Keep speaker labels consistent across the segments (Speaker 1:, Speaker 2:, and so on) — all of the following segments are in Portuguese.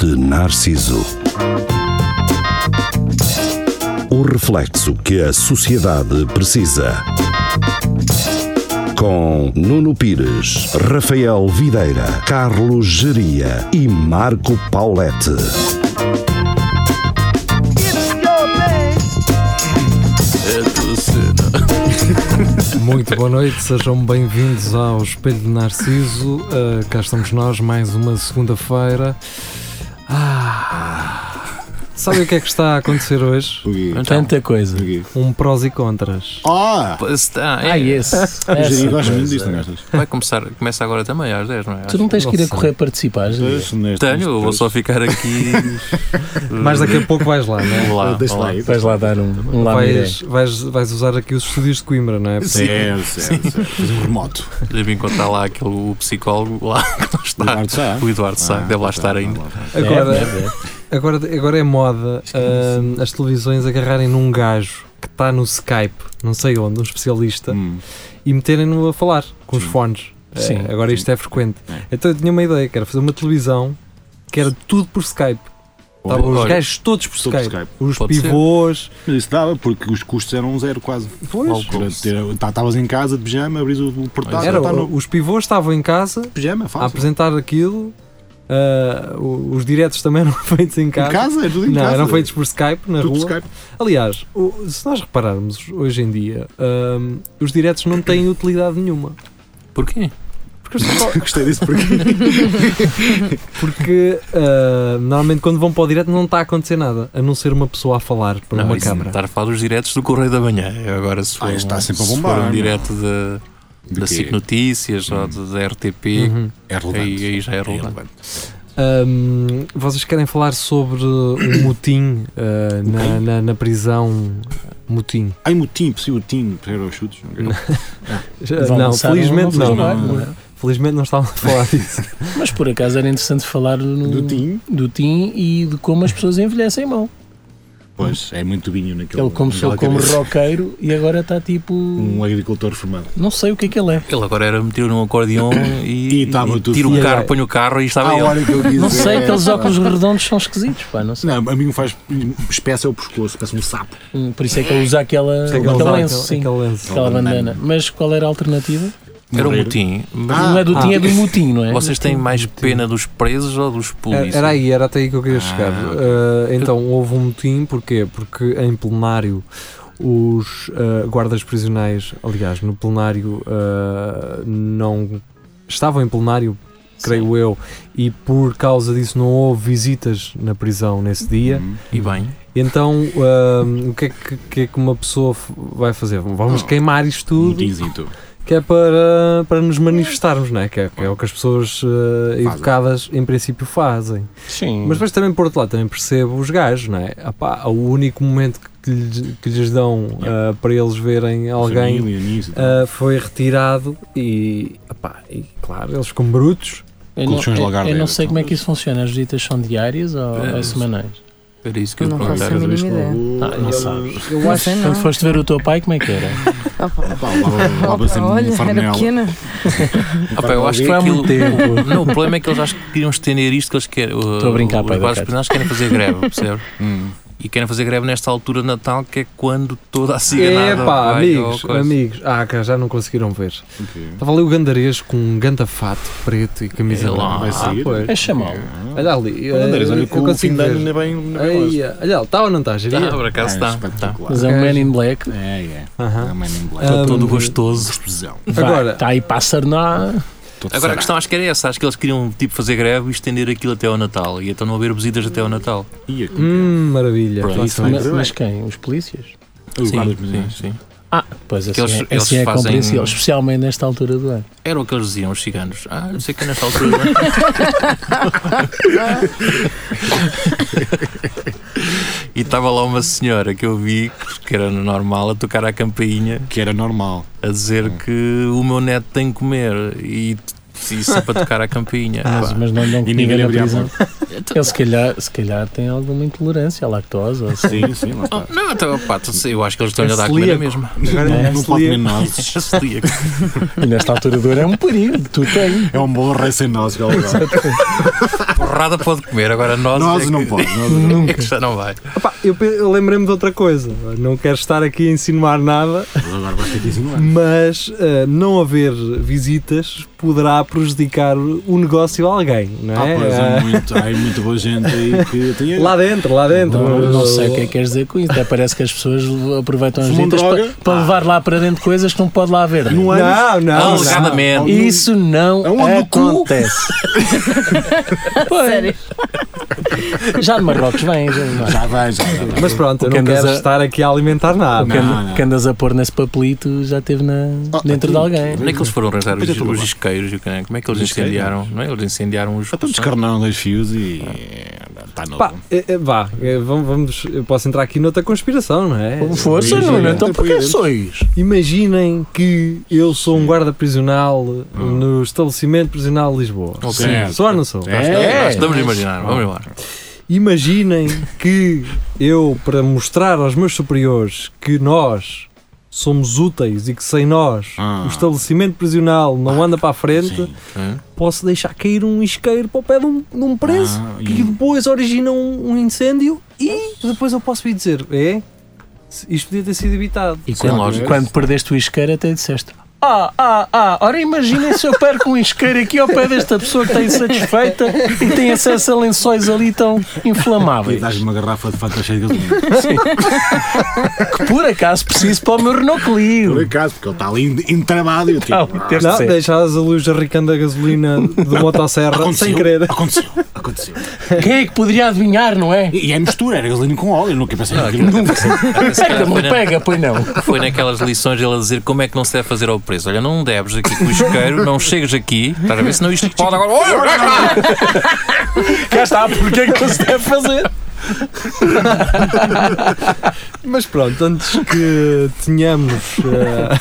Speaker 1: de Narciso. O reflexo que a sociedade precisa. Com Nuno Pires, Rafael Videira, Carlos Geria e Marco Paulette.
Speaker 2: Muito boa noite, sejam bem-vindos ao Espelho de Narciso. Ah, cá estamos nós, mais uma segunda-feira. Ah, sabe o que é que está a acontecer hoje?
Speaker 3: Tanta coisa.
Speaker 2: Um prós e contras.
Speaker 3: Oh.
Speaker 4: Ah!
Speaker 5: Está, é.
Speaker 3: Ah, esse.
Speaker 4: Eu gosto muito
Speaker 3: Pois
Speaker 4: disto,
Speaker 3: é.
Speaker 4: não gastas?
Speaker 5: Vai começar, começa agora também às 10, não é?
Speaker 3: Tu não tens que ir a
Speaker 2: Nossa.
Speaker 3: correr participar, eh, Júlio?
Speaker 5: Tenho, eu vou só ficar aqui.
Speaker 2: Mas daqui a pouco vais lá, não é?
Speaker 5: Vou lá,
Speaker 4: Deixa
Speaker 5: vou
Speaker 4: lá aí.
Speaker 3: Vais lá dar um, um lá miré.
Speaker 2: Vais, vais, vais usar aqui os estúdios de Coimbra, não é?
Speaker 4: Certo, certo, certo. Fiz um remoto.
Speaker 5: Devo encontrar lá aquele o psicólogo lá que não está.
Speaker 4: Eduardo Sá. Ah, tá,
Speaker 5: O Eduardo Sá, que deve lá estar ainda.
Speaker 2: Agora,
Speaker 3: É, é, é.
Speaker 2: Agora, agora é moda ah, as televisões agarrarem num gajo que está no Skype, não sei onde, um especialista,
Speaker 4: Hum.
Speaker 2: e meterem-no a falar com os
Speaker 4: Sim.
Speaker 2: fones. É,
Speaker 3: Sim.
Speaker 2: agora isto é frequente.
Speaker 4: É.
Speaker 2: Então eu tinha uma ideia, que era fazer uma televisão que era tudo por Skype. Estavam os
Speaker 5: Olha,
Speaker 2: gajos todos por
Speaker 4: Estou por
Speaker 2: Skype.
Speaker 4: Skype.
Speaker 2: Os
Speaker 5: Pode ser.
Speaker 2: pivôs.
Speaker 4: Mas isso dava porque os custos eram um zero quase.
Speaker 5: Pois.
Speaker 4: Estavas tá- em casa de pijama, abris o o portátil,
Speaker 2: Era,
Speaker 4: está tá no
Speaker 2: Os pivôs estavam em casa
Speaker 4: pijama,
Speaker 2: a
Speaker 4: fácil.
Speaker 2: apresentar aquilo. ah, o- os diretos também eram feitos em
Speaker 4: Em
Speaker 2: casa.
Speaker 4: casa, é tudo em
Speaker 2: Não,
Speaker 4: casa.
Speaker 2: eram feitos por Skype na
Speaker 4: Tudo
Speaker 2: rua.
Speaker 4: Skype.
Speaker 2: Aliás, o- se nós repararmos hoje em dia, hum, os diretos não têm utilidade nenhuma.
Speaker 5: Porquê?
Speaker 2: Porque, os pessoal-
Speaker 4: Gostei disso porque
Speaker 2: porque, hum, normalmente quando vão para o direto não está a acontecer nada, a não ser uma pessoa a falar por
Speaker 5: Não,
Speaker 2: uma
Speaker 5: isso,
Speaker 2: câmara.
Speaker 5: Estar a falar dos diretos do Correio da Manhã. Eu Agora, se for,
Speaker 4: Ah, está
Speaker 5: um-
Speaker 4: sempre a
Speaker 5: se
Speaker 4: bombar,
Speaker 5: for um
Speaker 4: não é?
Speaker 5: direto da-
Speaker 4: De
Speaker 5: da
Speaker 4: quê?
Speaker 5: SIC Notícias ou de- da RTP,
Speaker 2: Uhum.
Speaker 4: é
Speaker 5: aí,
Speaker 4: relevante.
Speaker 5: aí já é relevante.
Speaker 2: Hum, vocês querem falar sobre o motim uh, na, na- na prisão? Motim.
Speaker 4: Ai, motim, preciso o é? tim para os chutes.
Speaker 3: Vão
Speaker 2: não,
Speaker 3: lançar
Speaker 2: felizmente
Speaker 3: um
Speaker 2: não.
Speaker 3: novo trabalho,
Speaker 4: não.
Speaker 3: não é?
Speaker 2: Felizmente não estavam a falar disso.
Speaker 3: Mas por acaso era interessante falar no-
Speaker 4: Do tim,
Speaker 3: do Tim e de como as pessoas envelhecem mal.
Speaker 4: pois é muito vinho naquele.
Speaker 3: Ele começou
Speaker 4: naquela
Speaker 3: como
Speaker 4: cabeça.
Speaker 3: roqueiro e agora está tipo.
Speaker 4: um agricultor formado.
Speaker 3: Não sei o que é que ele é.
Speaker 5: Ele agora era meter num acordeão e,
Speaker 4: E estava tudo-
Speaker 5: tira o
Speaker 4: E
Speaker 5: carro,
Speaker 3: agora-
Speaker 5: põe o carro e estava
Speaker 4: À
Speaker 5: ele.
Speaker 4: hora Ah, que eu
Speaker 3: Não
Speaker 4: quiser.
Speaker 3: sei, aqueles óculos redondos são esquisitos, pá, não sei.
Speaker 4: Não, a mim me faz espécie ao pescoço, parece um sapo.
Speaker 3: Hum, Por isso é que ele usa aquela,
Speaker 2: Aquele
Speaker 3: aquele lenço,
Speaker 2: lenço,
Speaker 3: sim.
Speaker 2: aquele lenço.
Speaker 3: Aquela bandana. Mas qual era a alternativa?
Speaker 5: Era um
Speaker 4: Morrer. um
Speaker 5: motim. Mas
Speaker 4: Ah,
Speaker 3: não é do Tim,
Speaker 2: ah.
Speaker 3: é do Mutim, não é?
Speaker 5: Vocês têm mais pena dos presos ou dos
Speaker 2: Era,
Speaker 5: polícias?
Speaker 2: era aí, era até aí que eu queria
Speaker 4: Ah,
Speaker 2: chegar.
Speaker 4: ok.
Speaker 2: Uh, então, houve um motim, porquê? Porque em plenário os uh, guardas prisionais, aliás, no plenário uh, não estavam em plenário, creio eu, e por causa disso não houve visitas na prisão nesse dia.
Speaker 4: Hum.
Speaker 5: E bem,
Speaker 2: Então, uh, o que é que, que é que uma pessoa f- vai fazer? Vamos
Speaker 4: Oh,
Speaker 2: queimar isto tudo,
Speaker 4: Motinzinho.
Speaker 2: que é para, para nos manifestarmos, não é? Que é, que é o que as pessoas uh, educadas em princípio fazem.
Speaker 3: Sim.
Speaker 2: Mas depois também, por outro lado, também percebo os gajos, não é? Ah pá, o único momento que lhes, que lhes dão ah, para eles verem alguém
Speaker 4: Família, um nisso e tal.
Speaker 2: ah, foi retirado e, ah pá, e claro, eles como brutos.
Speaker 3: Eu não,
Speaker 4: Colchões
Speaker 3: eu- eu
Speaker 4: Lagardeira,
Speaker 3: não sei
Speaker 4: então.
Speaker 3: como é que isso funciona. As visitas são diárias ou
Speaker 5: É,
Speaker 3: é semanais?
Speaker 5: era isso que eu
Speaker 6: Não faço
Speaker 5: perguntava.
Speaker 6: a mínima
Speaker 4: Cada vez que
Speaker 6: ideia.
Speaker 4: eu vou-
Speaker 3: Ah, não sabes.
Speaker 2: Eu acho
Speaker 6: sei não.
Speaker 3: Quando foste ver o teu pai, como é que era?
Speaker 6: Opa,
Speaker 4: Pá, lá- lá vai ser um
Speaker 6: Olha, era
Speaker 4: farnel.
Speaker 6: pequena.
Speaker 5: Ah, pá, eu acho que
Speaker 3: Foi há
Speaker 5: aquilo...
Speaker 3: muito tempo.
Speaker 5: Não, o problema é que eles acho que queriam estender isto que eles querem.
Speaker 3: Estou a brincar, pai,
Speaker 5: Os guardas
Speaker 3: Ricardo.
Speaker 5: prisionais querem fazer greve, percebe?
Speaker 4: Hum.
Speaker 5: E querem fazer greve nesta altura de Natal, que é quando toda a ciganada
Speaker 2: Epá,
Speaker 5: vai
Speaker 2: amigos,
Speaker 5: ou coisa.
Speaker 2: amigos. Ah, cá já não conseguiram ver.
Speaker 4: Ok.
Speaker 2: Estava ali o gandarejo com um ganda fato preto e camisa
Speaker 5: É lá,
Speaker 2: branca.
Speaker 4: vai sair.
Speaker 2: pois.
Speaker 3: É chamá-lo.
Speaker 2: Olha ali, eh,
Speaker 4: Olha, Andrés, olha
Speaker 2: eu
Speaker 4: que o fim
Speaker 2: consigo
Speaker 4: de ano
Speaker 2: ver.
Speaker 4: ainda bem. ainda bem hoje.
Speaker 2: Ai, Olha, está ou não está,
Speaker 5: Tá,
Speaker 2: Jeria?
Speaker 5: por
Speaker 4: É,
Speaker 6: Ah,
Speaker 5: acaso está. Tá.
Speaker 4: espetacular.
Speaker 3: Mas é um Man in Black.
Speaker 4: É, é. É
Speaker 2: Aham.
Speaker 4: um Man in Black.
Speaker 2: Ah,
Speaker 5: Todo
Speaker 2: hum.
Speaker 5: gostoso.
Speaker 4: é Explosão.
Speaker 2: Agora-
Speaker 3: Está tá aí pássaro na.
Speaker 4: Todo
Speaker 5: Agora a
Speaker 4: sarado.
Speaker 5: questão acho que era essa, acho que eles queriam tipo fazer greve e estender aquilo até ao Natal e então não haver visitas até ao Natal.
Speaker 4: Ih, é que-
Speaker 2: Hum, maravilha.
Speaker 5: Pronto.
Speaker 2: Façam
Speaker 4: Vai
Speaker 3: Mas,
Speaker 4: correr
Speaker 3: mas quem? Os polícias?
Speaker 4: Os
Speaker 5: sim,
Speaker 4: guardas
Speaker 5: sim,
Speaker 4: prisioneiros.
Speaker 5: sim.
Speaker 3: Ah, pois assim,
Speaker 5: Porque eles-
Speaker 3: é,
Speaker 5: eles
Speaker 3: assim é
Speaker 5: fazem-
Speaker 3: compreensível, especialmente nesta altura do ano.
Speaker 5: Era o que eles diziam, os ciganos. Ah, não sei que é nesta altura. e estava lá uma senhora que eu vi, que era normal, a tocar à campainha,
Speaker 4: Que era normal.
Speaker 5: a dizer que o meu neto tem que comer. E isso é para tocar à campainha.
Speaker 3: Mas,
Speaker 5: Pá.
Speaker 3: mas não dão
Speaker 4: E
Speaker 3: comida
Speaker 4: ninguém
Speaker 3: na
Speaker 4: abria a
Speaker 3: prisão.
Speaker 4: porta.
Speaker 5: então-
Speaker 3: Ele se calhar, se calhar tem alguma intolerância à lactose. Ou assim.
Speaker 4: Sim, sim, lá
Speaker 5: Oh,
Speaker 4: está.
Speaker 5: Não, então, pá, tu- eu acho que eles estão-lhe
Speaker 2: É
Speaker 5: a dar comida
Speaker 2: celíaco.
Speaker 5: mesmo.
Speaker 4: Agora
Speaker 3: Não,
Speaker 4: não, não pode comer nozes.
Speaker 5: É celíaco.
Speaker 3: E nesta altura do ano é um perigo. Tu tens.
Speaker 4: É um bom rei sem nozes, galera.
Speaker 5: Porrada pode comer, agora nós.
Speaker 4: Nozes
Speaker 5: é
Speaker 4: não
Speaker 5: que-
Speaker 4: pode. nozes não.
Speaker 5: É que já não vai.
Speaker 2: Opa, eu, pe- eu lembrei-me de outra coisa. Não quero estar aqui a insinuar nada,
Speaker 4: Mas Agora vais ter que insinuar.
Speaker 2: mas ah, não haver visitas poderá prejudicar o negócio de alguém, não
Speaker 4: Ah,
Speaker 2: é?
Speaker 4: pois, um
Speaker 2: Ah,
Speaker 4: há, muito, há muito boa gente aí que tem.
Speaker 2: lá dentro, lá dentro.
Speaker 3: Não,
Speaker 2: mas,
Speaker 3: não
Speaker 2: ah,
Speaker 3: sei o que é que queres dizer com isso. Até parece que as pessoas aproveitam as
Speaker 4: Fumam
Speaker 3: ditas
Speaker 4: droga?
Speaker 3: para, para levar lá para dentro coisas que não pode lá haver.
Speaker 4: Não é?
Speaker 2: Não, não, não.
Speaker 5: Alegadamente.
Speaker 3: Isso não
Speaker 4: É um do cu.
Speaker 3: acontece. Pois. Já de Marrocos vem. Já de Marrocos.
Speaker 4: Já vai, já, já vai.
Speaker 2: Mas pronto, eu
Speaker 3: Porque
Speaker 2: não quero
Speaker 3: andas a-
Speaker 2: estar aqui a alimentar
Speaker 3: O
Speaker 2: nada.
Speaker 3: que,
Speaker 4: Não, não.
Speaker 3: que andas a pôr nesse papelito já teve na,
Speaker 4: Ah,
Speaker 3: dentro de
Speaker 4: aqui.
Speaker 3: alguém.
Speaker 5: Onde é que eles foram arranjar os,
Speaker 4: Pois é, tudo
Speaker 5: os
Speaker 4: bem.
Speaker 5: isqueiros e o caralho? Como é que eles
Speaker 4: Os isqueiros?
Speaker 5: incendiaram? Não é? Eles incendiaram os.
Speaker 4: Então descarnaram dois fios e. tá Está novo.
Speaker 2: Pá, eh, eh, vá, eh, vamos, vamos- eu posso entrar aqui noutra conspiração, não é?
Speaker 3: Como força,
Speaker 4: Sim, sim,
Speaker 3: não,
Speaker 4: sim.
Speaker 3: então porquê sois?
Speaker 2: Imaginem que eu sou um guarda prisional no estabelecimento prisional de Lisboa.
Speaker 5: Ok.
Speaker 4: Certo.
Speaker 2: Sou ou não sou?
Speaker 4: É.
Speaker 5: Nós estamos a imaginar, vamos embora.
Speaker 2: Imaginem que eu, para mostrar aos meus superiores que nós somos úteis e que sem nós
Speaker 4: Ah.
Speaker 2: o estabelecimento prisional não anda para a frente,
Speaker 4: Sim.
Speaker 5: Hã?
Speaker 2: posso deixar cair um isqueiro para o pé de um, de um preso
Speaker 4: Ah,
Speaker 2: que
Speaker 4: e-
Speaker 2: depois origina um, um incêndio e depois eu posso vir dizer: é, isto podia ter sido evitado.
Speaker 3: E
Speaker 5: Sem
Speaker 3: quando,
Speaker 5: lógica.
Speaker 3: quando perdeste o isqueiro até disseste ah, ah, ah, ora imaginem se eu perco um isqueiro aqui ao pé desta pessoa que está insatisfeita e tem acesso a lençóis ali tão
Speaker 4: E
Speaker 3: inflamáveis.
Speaker 4: dás-me uma garrafa de fanta cheia de gasolina.
Speaker 3: Que por acaso preciso para o meu Renault
Speaker 4: Por
Speaker 3: Clio.
Speaker 4: acaso, porque ele está ali entramado e eu tipo.
Speaker 3: Ah,
Speaker 4: ah,
Speaker 3: teve
Speaker 2: Não,
Speaker 3: de ser.
Speaker 2: deixavas a luz arrancando a gasolina de motosserra
Speaker 4: aconteceu,
Speaker 2: sem querer.
Speaker 4: Aconteceu, aconteceu.
Speaker 3: Quem é que poderia adivinhar, não é?
Speaker 4: E, e é mistura, era gasolina com óleo, eu nunca pensei
Speaker 5: Ah,
Speaker 4: naquilo.
Speaker 5: Se calhar
Speaker 3: Pega,
Speaker 5: foi na-
Speaker 3: pega, pois não.
Speaker 5: Foi naquelas lições ele a dizer como é que não se deve fazer ao preso. Olha, não deves aqui com o isqueiro, não chegas aqui, estás a ver? Senão isto pode agora.
Speaker 3: Cá está, porque é que não se deve fazer?
Speaker 2: Mas pronto, antes que tenhamos.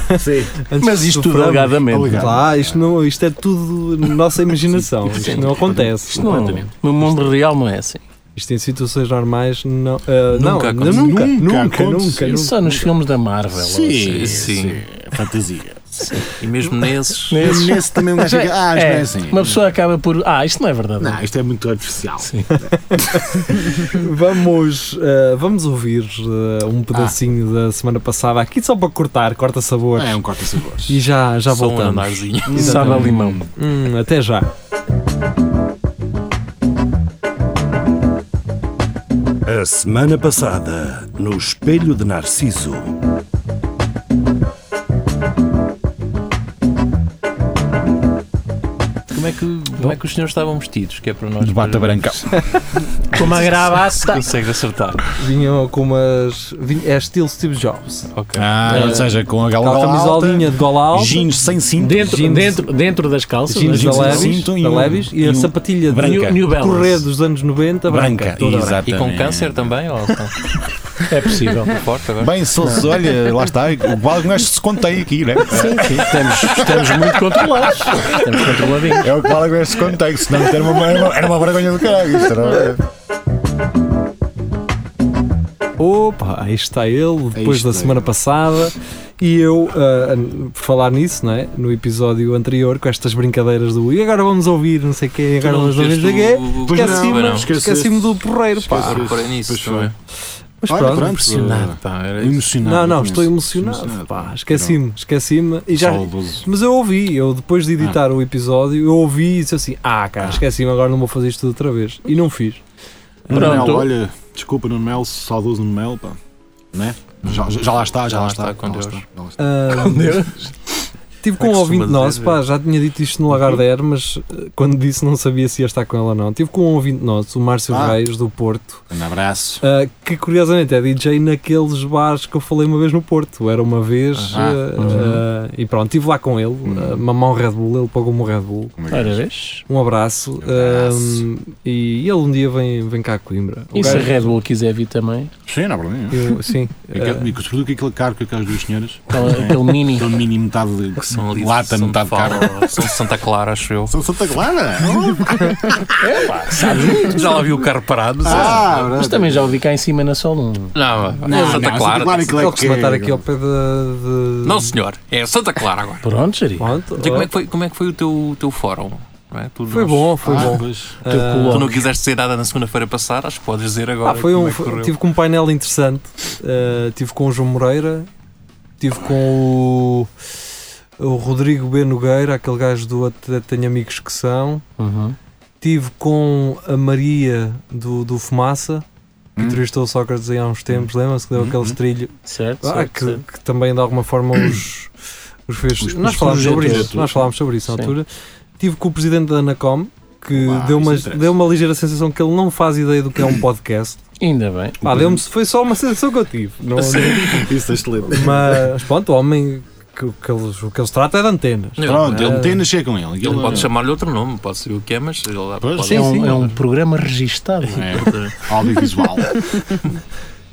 Speaker 2: eh,
Speaker 4: Sim.
Speaker 2: antes
Speaker 3: Mas
Speaker 2: que
Speaker 3: isto tudo
Speaker 2: soframos-
Speaker 3: alegadamente.
Speaker 4: Obrigado.
Speaker 2: Claro, isto, não, isto é tudo na nossa imaginação. Isto não acontece.
Speaker 3: Isto não, no mundo real não é assim.
Speaker 2: Isto em situações normais não. eh, não,
Speaker 5: Nunca
Speaker 2: não,
Speaker 5: aconteceu.
Speaker 2: nunca, nunca,
Speaker 4: Nunca
Speaker 2: é nunca,
Speaker 4: aconteceu.
Speaker 2: nunca.
Speaker 3: Isso só nos filmes da Marvel. ou assim.
Speaker 4: Sim, sim,
Speaker 5: sim.
Speaker 4: É Fantasia.
Speaker 5: E mesmo nesses.
Speaker 4: Nesse, também um gajo fica. Ah, isto não é assim.
Speaker 3: Uma pessoa acaba por. Ah, isto não é verdade.
Speaker 4: Não, isto é muito artificial.
Speaker 2: Vamos, eh, vamos ouvir eh, um pedacinho da semana passada aqui só para cortar, corta sabor.
Speaker 4: É um corta-sabores.
Speaker 2: E já, já
Speaker 5: Só um
Speaker 2: voltamos.
Speaker 5: andarzinho.
Speaker 3: Sabe a limão.
Speaker 2: Hum, até já.
Speaker 1: A semana passada, no Espelho de Narciso.
Speaker 5: Como é, que, como é que os senhores estavam vestidos? Que é para nós.
Speaker 4: branca.
Speaker 3: Com uma gravata.
Speaker 5: Consegues acertar.
Speaker 2: Vinham com umas. vinha- é estilo Steve Jobs.
Speaker 5: Ok.
Speaker 4: Ah, ou seja, com a
Speaker 2: Aquela
Speaker 4: galera
Speaker 2: camisolinha de gola alta.
Speaker 4: jeans sem cinto.
Speaker 3: Dentro,
Speaker 2: Jeans.
Speaker 3: dentro, dentro das calças.
Speaker 2: Jeans
Speaker 4: jeans
Speaker 2: da
Speaker 4: de
Speaker 2: Levis,
Speaker 4: cinto e
Speaker 2: da
Speaker 4: um-
Speaker 2: Levis e,
Speaker 4: e
Speaker 2: a
Speaker 4: um
Speaker 2: sapatilha de
Speaker 4: branca.
Speaker 3: New, New Balance.
Speaker 2: correr dos anos 90 branca.
Speaker 4: Branca,
Speaker 2: toda branca.
Speaker 4: exatamente.
Speaker 5: E com câncer também? Ou não?
Speaker 3: É possível.
Speaker 5: forte agora?
Speaker 6: Bem, se fosse, olha, lá está, o balde não se contei aqui, né?
Speaker 3: Sim, sim. Estamos, estamos muito controlados. Estamos controladinhos.
Speaker 6: É o que vale agora se contei, senão era uma, era uma, era uma vergonha do caralho. Isto era,
Speaker 2: Opa, aí está ele, depois
Speaker 4: está
Speaker 2: da semana
Speaker 4: ele.
Speaker 2: passada. E eu, ah, an- por falar nisso, não é? no episódio anterior, com estas brincadeiras do e agora vamos ouvir não sei o quê, e
Speaker 5: um
Speaker 2: agora vamos é ouvir não sei o quê,
Speaker 5: Pois não,
Speaker 2: esqueci-me
Speaker 5: não.
Speaker 4: esqueceste.
Speaker 2: esqueci-me do porreiro, pá.
Speaker 4: Esqueceste.
Speaker 5: Reparei nisso. é?
Speaker 4: Pois foi.
Speaker 5: também.
Speaker 2: Mas
Speaker 4: Olha,
Speaker 2: pronto.
Speaker 4: pronto. Tá,
Speaker 5: Emocionado, pá. Era isso.
Speaker 4: Emocionado.
Speaker 2: Não, não,
Speaker 4: com
Speaker 2: estou
Speaker 4: isso.
Speaker 2: emocionado, pá. Esqueci-me, esqueci-me. E já,
Speaker 4: Saudoso.
Speaker 2: Mas eu ouvi, eu depois de editar o episódio, eu ouvi e disse assim: Ah, cara, esqueci-me, agora não vou fazer isto tudo outra vez. E não fiz.
Speaker 4: Nuno Melo,
Speaker 3: Pronto.
Speaker 4: olha, desculpa no Mel, saudoso no Mel, pá. Né? Já, já lá está, já, lá está.
Speaker 5: com
Speaker 4: já lá
Speaker 5: Deus.
Speaker 4: está, já lá está.
Speaker 2: Ah, Estive com
Speaker 5: Como é
Speaker 2: um
Speaker 5: que
Speaker 2: ouvinte
Speaker 5: costuma
Speaker 2: nosso,
Speaker 5: dizer?
Speaker 2: pá, já tinha dito isto no Lagardère, mas eh, quando disse não sabia se ia estar com ela ou não. Estive com um ouvinte nosso, o Márcio
Speaker 4: Ah.
Speaker 2: Reis, do Porto,
Speaker 4: Um abraço.
Speaker 2: ah, que curiosamente é DJ naqueles bares que eu falei uma vez no Porto. Era uma vez,
Speaker 4: Ah,
Speaker 2: eh, ah, e pronto, estive lá com ele, ah, mamão Red Bull, ele pagou-me um Red Bull.
Speaker 3: Ora, vês?
Speaker 2: Um abraço,
Speaker 4: abraço.
Speaker 2: ah, e ele um dia vem, vem cá a Coimbra. O
Speaker 3: E se a
Speaker 2: gajo-
Speaker 3: Red Bull quiser vir também,
Speaker 4: Sim, não há problema. nenhum.
Speaker 2: Eu- sim. Eh,
Speaker 4: É que- E sobretudo com aquele carro que aquelas duas senhoras.
Speaker 3: aquela- aquele mini.
Speaker 4: Aquele mini metade de- que se
Speaker 5: são ali.
Speaker 4: Lata,
Speaker 5: são
Speaker 4: não está
Speaker 5: de
Speaker 4: de carro.
Speaker 5: Fala, São de Santa Clara, acho eu.
Speaker 4: Sou de Santa Clara?
Speaker 5: Já lá vi o carro parado. sei lá.
Speaker 4: ah,
Speaker 3: Mas também já ouvi cá em cima na Sol 1.
Speaker 5: Não, não,
Speaker 4: Não,
Speaker 5: Santa
Speaker 4: não,
Speaker 5: Clara.
Speaker 4: aquilo
Speaker 2: Ele
Speaker 4: é
Speaker 2: costuma estar
Speaker 4: que-
Speaker 2: aqui ao pé de. de-
Speaker 5: Não, senhor. É Santa Clara agora.
Speaker 3: Pronto, Jari.
Speaker 2: Pronto.
Speaker 5: Então, como, é que foi, como é que foi o teu, o teu fórum? Não é? Tu
Speaker 2: Foi
Speaker 5: não-
Speaker 2: bom, foi
Speaker 4: Ah,
Speaker 2: bom.
Speaker 4: pois.
Speaker 2: Ah,
Speaker 5: Tu não quiseste dizer nada na segunda-feira passada, acho que podes dizer agora.
Speaker 2: Ah, foi
Speaker 5: como
Speaker 2: um,
Speaker 5: é que
Speaker 2: foi-
Speaker 5: correu.
Speaker 2: tive com um painel interessante. Uh, tive com o João Moreira, tive com o, o Rodrigo B. Nogueira, aquele gajo do Até Tenho Amigos Que São.
Speaker 3: Uhum.
Speaker 2: Tive com a Maria do, do Fumaça, que
Speaker 4: Hum.
Speaker 2: entrevistou o Sócrates aí há uns tempos, lembra-se que deu
Speaker 4: Hum,
Speaker 2: aquele
Speaker 4: hum.
Speaker 2: trilho
Speaker 3: Certo,
Speaker 2: ah,
Speaker 3: certo,
Speaker 2: que,
Speaker 3: certo.
Speaker 2: que também de alguma forma os, os fez.
Speaker 4: Os-
Speaker 2: nós
Speaker 4: os
Speaker 2: falámos sobre
Speaker 4: projetos.
Speaker 2: isso, nós falámos sobre isso na
Speaker 3: Sim.
Speaker 2: altura. Tive com o presidente da Anacom. Que
Speaker 4: Uau,
Speaker 2: deu, uma,
Speaker 4: isso interessa.
Speaker 2: deu uma ligeira sensação que ele não faz ideia do que é um podcast.
Speaker 3: Ainda bem.
Speaker 2: Pá, deu-me, foi só uma sensação que eu tive. Não,
Speaker 4: Isso é excelente.
Speaker 2: mas pronto, o homem que, que eles, o que eles tratam é de antenas.
Speaker 5: Não,
Speaker 4: Pronto,
Speaker 5: não é?
Speaker 4: ele tem nascer com ele.
Speaker 5: Ele
Speaker 4: Aquilo
Speaker 5: pode
Speaker 4: é-
Speaker 5: chamar-lhe outro nome, pode saber o que é, mas ele
Speaker 4: Pois,
Speaker 5: pode
Speaker 3: é,
Speaker 4: sim,
Speaker 3: um,
Speaker 4: sim.
Speaker 3: é um programa registado.
Speaker 4: É, audiovisual.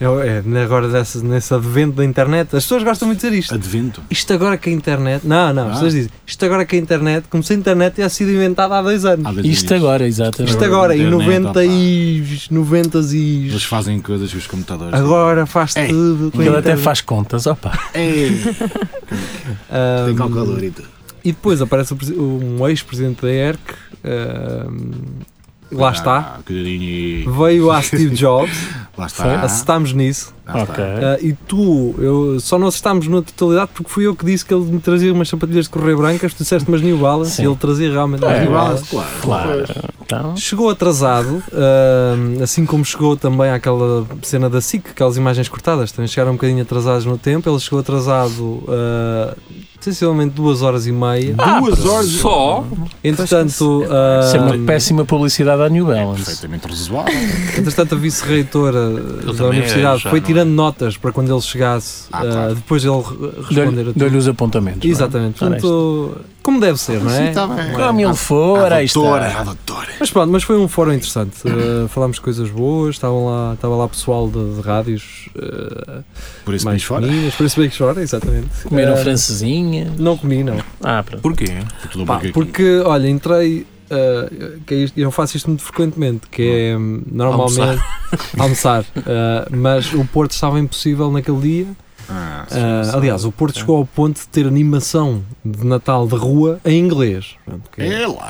Speaker 2: Eu, é, agora dessa, nesse advento da internet, as pessoas gostam muito de dizer isto.
Speaker 4: Advento.
Speaker 2: Isto agora que a internet. Não, não, as
Speaker 4: Ah.
Speaker 2: pessoas dizem. Isto agora que a internet. Como se a internet tivesse sido inventada há dois anos.
Speaker 4: Há dois
Speaker 3: Isto
Speaker 4: dias.
Speaker 3: agora, exatamente.
Speaker 2: Isto agora, em
Speaker 4: internet,
Speaker 2: 90 e. 90 e.
Speaker 4: Eles fazem coisas que os computadores.
Speaker 2: Agora faz
Speaker 4: Ei,
Speaker 2: tudo. com a
Speaker 3: Ele até
Speaker 2: internet.
Speaker 3: faz contas, opa.
Speaker 4: É,
Speaker 2: Ah,
Speaker 4: tem calculador e tudo.
Speaker 2: E depois aparece o presi- um ex-presidente da ERC. ah, lá está.
Speaker 4: Ah, queridinho e-
Speaker 2: Veio a Steve Jobs,
Speaker 4: Lá está.
Speaker 2: acertámos nisso.
Speaker 4: Lá
Speaker 3: ok.
Speaker 4: está.
Speaker 2: ah, e tu, eu, só não acertámos na totalidade porque fui eu que disse que ele me trazia umas sapatilhas de correr brancas, tu disseste umas New Balance
Speaker 3: Sim.
Speaker 2: e ele trazia realmente umas
Speaker 3: É,
Speaker 2: New
Speaker 3: New
Speaker 2: Balance.
Speaker 4: Claro.
Speaker 3: Claro. Então,
Speaker 2: Chegou atrasado, ah, assim como chegou também àquela cena da SIC, aquelas imagens cortadas, também chegaram um bocadinho atrasadas no tempo. Ele chegou atrasado, ah, sensivelmente duas horas e meia.
Speaker 4: Duas horas.
Speaker 5: Só?
Speaker 2: Entretanto,
Speaker 3: Ah, isso é uma
Speaker 2: ah,
Speaker 3: péssima publicidade à New
Speaker 4: É
Speaker 3: Balance.
Speaker 4: perfeitamente resolvado.
Speaker 2: Entretanto, a vice-reitora da
Speaker 5: também era,
Speaker 2: universidade
Speaker 5: já
Speaker 2: foi
Speaker 5: não é?
Speaker 2: tirando notas para quando ele chegasse,
Speaker 4: Ah,
Speaker 2: ah,
Speaker 4: claro.
Speaker 2: depois ele re- responder
Speaker 3: Deu-lhe
Speaker 2: a tudo.
Speaker 3: dou-lhe os apontamentos. é?
Speaker 2: Exatamente.
Speaker 3: Ora,
Speaker 2: Portanto, como deve ser, não é?
Speaker 4: Sim, tá bem. ah,
Speaker 3: não é? Como ele for,
Speaker 4: a
Speaker 3: aí está.
Speaker 4: doutora, a doutora.
Speaker 2: Mas pronto, mas foi um fórum interessante. Uh, falámos coisas boas, estavam lá, estava lá pessoal de, de rádios uh,
Speaker 4: Por
Speaker 2: mais
Speaker 4: isso mais fora.
Speaker 2: pequeninas, por isso bem que chora, exatamente.
Speaker 3: Comeram
Speaker 2: Uh,
Speaker 3: francesinha.
Speaker 2: Não comi, não.
Speaker 3: Ah, pronto.
Speaker 5: Porquê?
Speaker 4: Tudo
Speaker 2: Pá,
Speaker 4: bem que-
Speaker 2: porque, olha, entrei. uh, que é isto- eu faço isto muito frequentemente, que é hum, normalmente almoçar, uh, mas o Porto estava impossível naquele dia
Speaker 4: Ah,
Speaker 2: Ah, aliás, o Porto chegou ao ponto de ter animação de Natal de rua em inglês. Portanto, que-
Speaker 4: é lá.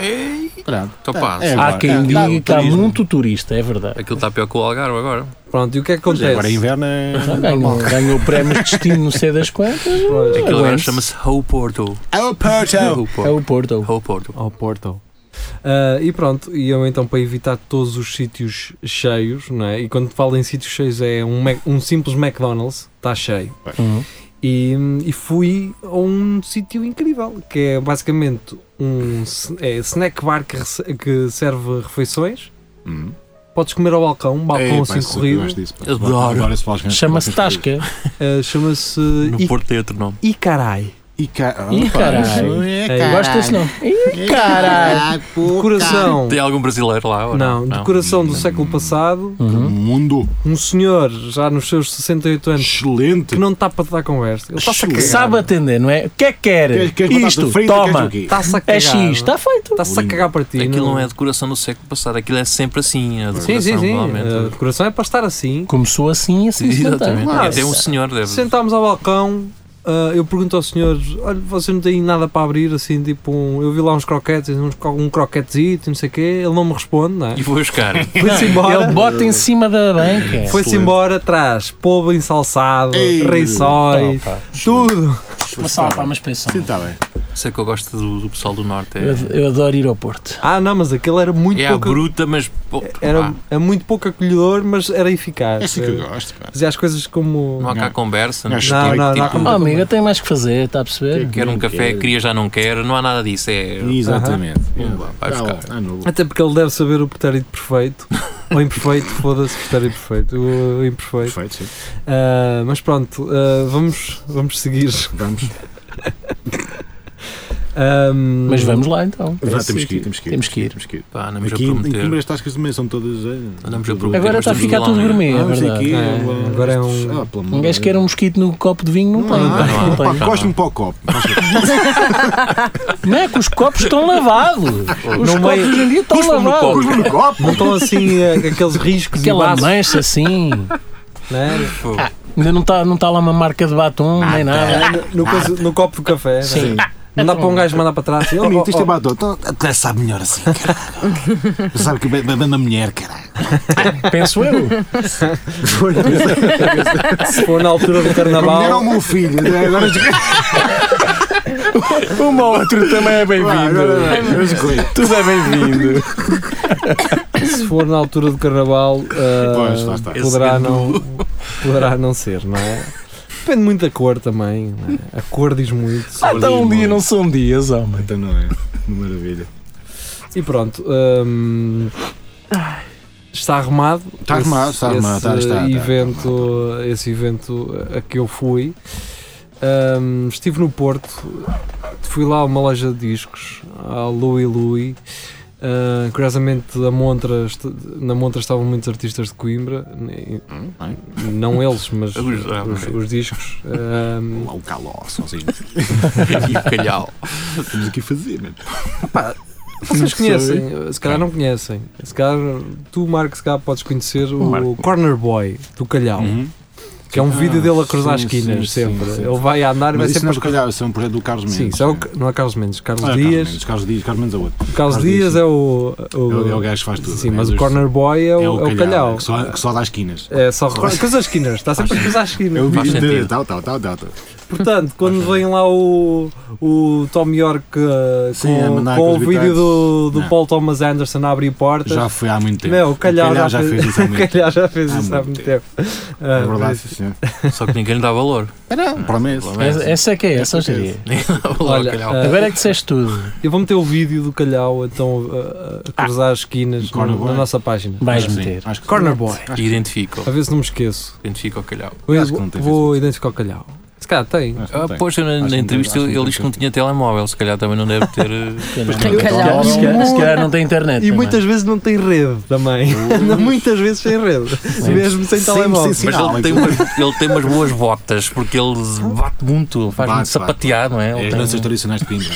Speaker 4: Pronto.
Speaker 5: Então passa.
Speaker 4: É
Speaker 3: Há
Speaker 4: agora.
Speaker 3: quem
Speaker 4: É, dá
Speaker 3: diga
Speaker 4: o
Speaker 3: que há
Speaker 4: turismo.
Speaker 3: muito turista, é verdade.
Speaker 5: Aquilo está pior que o Algarve agora.
Speaker 2: Pronto, e o que é que
Speaker 4: Mas
Speaker 2: acontece?
Speaker 4: é, Agora inverno é.
Speaker 3: Não, Ganhou, ganhou prémios de destino, não sei das quantas.
Speaker 2: Pois.
Speaker 5: Aquilo agora
Speaker 3: Aguente-se.
Speaker 5: chama-se Ho Porto.
Speaker 4: É o
Speaker 5: Ho
Speaker 4: Porto.
Speaker 3: É
Speaker 5: Porto.
Speaker 3: o Porto.
Speaker 5: Ho Porto.
Speaker 2: Ao Porto. Ah, e pronto, e eu então para evitar todos os sítios cheios, não é? e quando falo em sítios cheios é um, Mac- um simples McDonald's, está cheio.
Speaker 3: Uhum.
Speaker 2: E, e fui a um sítio incrível, que é basicamente um s- é snack bar que, rece- que serve refeições.
Speaker 4: Hum.
Speaker 2: Podes comer ao balcão, um balcão
Speaker 4: Ei, pá,
Speaker 2: assim
Speaker 4: isso- eu
Speaker 2: corrido.
Speaker 4: gosto disso, pá.
Speaker 5: Adoro.
Speaker 4: Adoro esse balcão.
Speaker 3: Chama-se Tasca.
Speaker 2: Ah, Chama-se
Speaker 5: No Porto tem outro nome.
Speaker 2: I Carai.
Speaker 4: E ca-
Speaker 3: Ih,
Speaker 4: opa,
Speaker 3: caralho.
Speaker 4: é,
Speaker 2: É,
Speaker 4: caralho.
Speaker 3: Gosto desse nome. Ih, caralho.
Speaker 4: é
Speaker 2: Decoração.
Speaker 5: Tem algum brasileiro lá? ou
Speaker 2: Não, decoração do século passado.
Speaker 4: Um
Speaker 3: Uhum.
Speaker 4: mundo
Speaker 2: Um senhor já nos seus 68 anos
Speaker 4: excelente.
Speaker 2: que não está para te dar conversa. Ele está-se a
Speaker 4: Excelente.
Speaker 2: cagar.
Speaker 3: Sabe atender, não é? O que é que quer?
Speaker 4: Queres- queres batata
Speaker 3: Isto,
Speaker 4: frita,
Speaker 3: toma.
Speaker 4: queres o quê?
Speaker 2: Está-se a cagar.
Speaker 3: É X, está feito.
Speaker 2: Está-se a cagar para ti.
Speaker 5: Aquilo não é decoração do século passado, aquilo é sempre assim. A
Speaker 2: Sim,
Speaker 5: decoração,
Speaker 2: sim, sim. A
Speaker 5: normalmente.
Speaker 2: decoração é para estar assim.
Speaker 3: Começou assim, assim se mantém.
Speaker 5: Exatamente.
Speaker 2: Ah,
Speaker 5: E Até um
Speaker 2: se-
Speaker 5: senhor deve.
Speaker 2: Sentámos ao balcão. ah, eu pergunto ao senhor: olha, você não tem nada para abrir? Assim, tipo, um- eu vi lá uns croquetes, uns, co- um croquetezito, não sei o quê. Ele não me responde, não é?
Speaker 5: E foi buscar.
Speaker 2: Foi-se embora.
Speaker 3: Ele bota em cima da banca.
Speaker 2: Foi-se embora, traz polvo ensalçado,
Speaker 4: Ei,
Speaker 2: reiçóis,
Speaker 3: Opa.
Speaker 2: tudo.
Speaker 3: Uma salva para uma inspeção.
Speaker 4: Sim, está bem.
Speaker 5: Sei que eu gosto do, do pessoal do Norte.
Speaker 3: Eu,
Speaker 5: É,
Speaker 3: eu adoro ir ao Porto.
Speaker 2: Ah, não, mas aquilo era muito
Speaker 5: é a
Speaker 2: pouco.
Speaker 5: bruta, mas. pô,
Speaker 2: Era,
Speaker 5: pá,
Speaker 2: é muito pouco acolhedor, mas era
Speaker 4: É
Speaker 2: eficaz.
Speaker 4: assim que eu gosto. pá.
Speaker 2: Fazia as coisas como.
Speaker 5: não há cá
Speaker 4: Não.
Speaker 5: conversa.
Speaker 4: Não,
Speaker 5: Não,
Speaker 2: não,
Speaker 4: Tipo,
Speaker 2: não, não há
Speaker 5: tipo,
Speaker 2: como-
Speaker 3: Oh, amigo, eu tenho mais que fazer, está a perceber?
Speaker 5: quer um
Speaker 4: Não
Speaker 5: café,
Speaker 4: quero.
Speaker 5: queria já não quer, não há nada disso. É,
Speaker 4: Exatamente. Vamos lá.
Speaker 5: Vai
Speaker 4: Tá
Speaker 5: buscar.
Speaker 4: bom, é novo.
Speaker 2: Até porque ele deve saber o pretérito perfeito. ou imperfeito, foda-se, pretérito perfeito. O imperfeito.
Speaker 4: Perfeito, sim.
Speaker 2: Ah, mas pronto, ah, vamos, vamos seguir.
Speaker 4: Vamos.
Speaker 2: Ahm,
Speaker 3: Mas vamos lá então.
Speaker 4: Vá,
Speaker 2: esse
Speaker 4: temos que ir,
Speaker 2: sítio.
Speaker 4: temos que ir.
Speaker 3: Temos que ir.
Speaker 4: Temos que ir.
Speaker 5: Pá, andamos a
Speaker 4: Aqui em Coimbra
Speaker 5: prometer.
Speaker 4: as tascas de manhã são todas. eh,
Speaker 5: Andamos a prometer.
Speaker 4: Agora
Speaker 3: Agora
Speaker 5: mas
Speaker 4: está
Speaker 3: está a
Speaker 5: estamos
Speaker 3: ficar
Speaker 5: lá,
Speaker 3: tudo
Speaker 5: não é?
Speaker 3: gourmet, é
Speaker 4: Ah, mas
Speaker 3: verdade.
Speaker 4: aqui,
Speaker 2: É,
Speaker 4: blá, blá,
Speaker 2: agora é
Speaker 4: blá.
Speaker 2: um-
Speaker 4: Ah, pelo amor
Speaker 3: Um gajo
Speaker 4: de
Speaker 3: quer um
Speaker 4: Deus.
Speaker 3: mosquito no copo de vinho, não,
Speaker 4: Não
Speaker 3: tem.
Speaker 4: há,
Speaker 5: não
Speaker 3: pá,
Speaker 5: há.
Speaker 3: não tem.
Speaker 4: Pá, Gosto-me para o copo.
Speaker 3: Não é que os copos estão lavados. Os
Speaker 2: Não
Speaker 3: copos
Speaker 2: meio-
Speaker 3: hoje em dia estão
Speaker 5: Cuspa-me no copo.
Speaker 3: lavados.
Speaker 4: Gosto-me no copo.
Speaker 2: Não estão assim eh, aqueles riscos e
Speaker 3: Aquela
Speaker 2: laços,
Speaker 3: mancha assim.
Speaker 2: né?
Speaker 5: Fogo.
Speaker 3: Ainda não está não tá lá uma marca de batom, nem nada.
Speaker 2: Ah,
Speaker 4: Ah.
Speaker 2: no, coisa- no copo do café. né?
Speaker 3: Sim.
Speaker 2: Não dá para um gajo mandar para trás. assim, "Oh,
Speaker 4: Amigo, isto é
Speaker 2: oh,
Speaker 4: batom. Então, Até sabe melhor assim, caralho. Sabe que bebe bebe na mulher, caralho.
Speaker 3: Penso eu.
Speaker 2: oh", se for na altura do
Speaker 4: A mulher é o
Speaker 2: carnaval,
Speaker 4: meu filho. né? Agora
Speaker 3: Uma outra também é
Speaker 4: Vá, agora- agora escolha.
Speaker 3: Tudo é bem-vindo.
Speaker 2: se for na altura do carnaval, eh,
Speaker 4: Pois, lá está.
Speaker 2: poderá,
Speaker 5: Esse
Speaker 2: não, poderá não ser, não é? Depende muito da cor também. não é? A cor diz muito.
Speaker 3: Então um dia não são dias, homem.
Speaker 4: Então não é. Maravilha.
Speaker 2: E pronto. hum, está arrumado.
Speaker 4: Está arrumado, está arrumado,
Speaker 2: esse
Speaker 4: está, tá está, tá está,
Speaker 2: evento, Esse evento a que eu fui. Hum, estive no Porto, fui lá a uma loja de discos, à Louie Louie. Hum, curiosamente a Montra, est- na Montra estavam muitos artistas de Coimbra, e- não eles, mas os,
Speaker 5: Os- ah, ok.
Speaker 2: os discos. Hum,
Speaker 4: Lá o calor, sozinho.
Speaker 5: E
Speaker 2: um
Speaker 5: o calhau.
Speaker 4: Temos aqui a fazer, mano.
Speaker 2: Vocês conhecem, se calhar não conhecem. Se calhar, tu, Marco, se calhar podes conhecer o Corner Boy do Calhau,
Speaker 4: Uhum.
Speaker 2: que é um
Speaker 4: Sim.
Speaker 2: vídeo dele a cruzar
Speaker 4: Ah, Sim,
Speaker 2: esquinas
Speaker 4: sim,
Speaker 2: sempre.
Speaker 4: sim, sim.
Speaker 2: Ele vai a andar e vai
Speaker 4: Mas isso
Speaker 2: sempre
Speaker 4: não
Speaker 2: a
Speaker 4: é calhar, isso é um projeto do Carlos Mendes.
Speaker 2: Sim, isso é o, não é Carlos Mendes, Carlos
Speaker 4: Ah, é o Carlos
Speaker 2: Dias.
Speaker 4: Mendes, Carlos Dias, Carlos Mendes é outro.
Speaker 2: O Carlos Dias é o.
Speaker 4: É o, é o gajo que faz tudo.
Speaker 2: Sim,
Speaker 4: né?
Speaker 2: mas o
Speaker 4: Dos-
Speaker 2: Corner Boy é o,
Speaker 4: é o calhau.
Speaker 2: Calhau.
Speaker 4: Que, só, que só dá esquinas.
Speaker 2: É só cruza as esquinas, está sempre a cruzar as
Speaker 4: Eu
Speaker 2: esquinas.
Speaker 4: vi
Speaker 5: Faz
Speaker 4: inteiro.
Speaker 5: sentido.
Speaker 4: Tal, tal, tal, tal. tal.
Speaker 2: Portanto, quando vem lá o, o Tom York eh,
Speaker 4: Sim, a
Speaker 2: com,
Speaker 4: mandar
Speaker 2: com o
Speaker 4: aqueles
Speaker 2: vídeo
Speaker 4: bitaques.
Speaker 2: do, do
Speaker 4: Não.
Speaker 2: Paul Thomas Anderson a abrir portas,
Speaker 4: Já foi há muito tempo.
Speaker 2: Não, o Calhau,
Speaker 4: Calhau
Speaker 2: já
Speaker 4: já
Speaker 2: fez-
Speaker 4: fez isso há muito tempo.
Speaker 2: Calhau já fez
Speaker 4: Há
Speaker 2: isso há
Speaker 4: muito
Speaker 2: muito tempo. Ah,
Speaker 4: É verdade,
Speaker 2: por isso-
Speaker 4: sim, senhor.
Speaker 5: Só que ninguém lhe dá valor.
Speaker 4: Era, um promessa.
Speaker 3: Essa é que é essa,
Speaker 4: Essa é que é
Speaker 3: hoje
Speaker 5: Ninguém dá valor ao
Speaker 2: Olha,
Speaker 5: calhau.
Speaker 2: ah,
Speaker 3: Agora é que disseste tudo.
Speaker 2: eu vou meter o vídeo do Calhau então a- a, a cruzar as esquinas na,
Speaker 4: Ah, Corner Boy.
Speaker 2: na nossa página.
Speaker 3: Vais
Speaker 4: Sim,
Speaker 3: meter.
Speaker 4: acho que
Speaker 2: Corner
Speaker 4: sim.
Speaker 2: Boy.
Speaker 5: E identifico.
Speaker 2: A ver se não me esqueço.
Speaker 5: Identifico o calhau.
Speaker 2: Eu
Speaker 4: Acho que não tem
Speaker 2: vou identificar o Calhau. Se calhar tem.
Speaker 4: Acho que não
Speaker 5: Ah,
Speaker 4: tem.
Speaker 5: pois, eu na,
Speaker 4: Acho
Speaker 5: na
Speaker 4: que não
Speaker 5: entrevista
Speaker 4: tem, acho
Speaker 5: ele
Speaker 4: que não
Speaker 5: ele disse que
Speaker 4: tem.
Speaker 5: não tinha telemóvel, se calhar também não deve ter. eh,
Speaker 3: Pois
Speaker 4: tem
Speaker 3: não,
Speaker 4: calhau.
Speaker 3: Se calhar- se calhar não É, tem internet.
Speaker 2: E
Speaker 3: também.
Speaker 2: muitas vezes não tem rede também. muitas vezes sem rede. Mesmo sem
Speaker 4: Sim,
Speaker 2: telemóvel.
Speaker 4: sim, sim.
Speaker 5: Mas
Speaker 4: Sinal,
Speaker 5: ele, tem
Speaker 4: aquilo.
Speaker 5: umas, ele tem umas boas botas, porque ele bate muito, faz
Speaker 4: Bate,
Speaker 5: muito
Speaker 4: bate.
Speaker 5: sapateado, não é? Ele
Speaker 4: É as
Speaker 5: tem-
Speaker 4: danças tradicionais de Coimbra.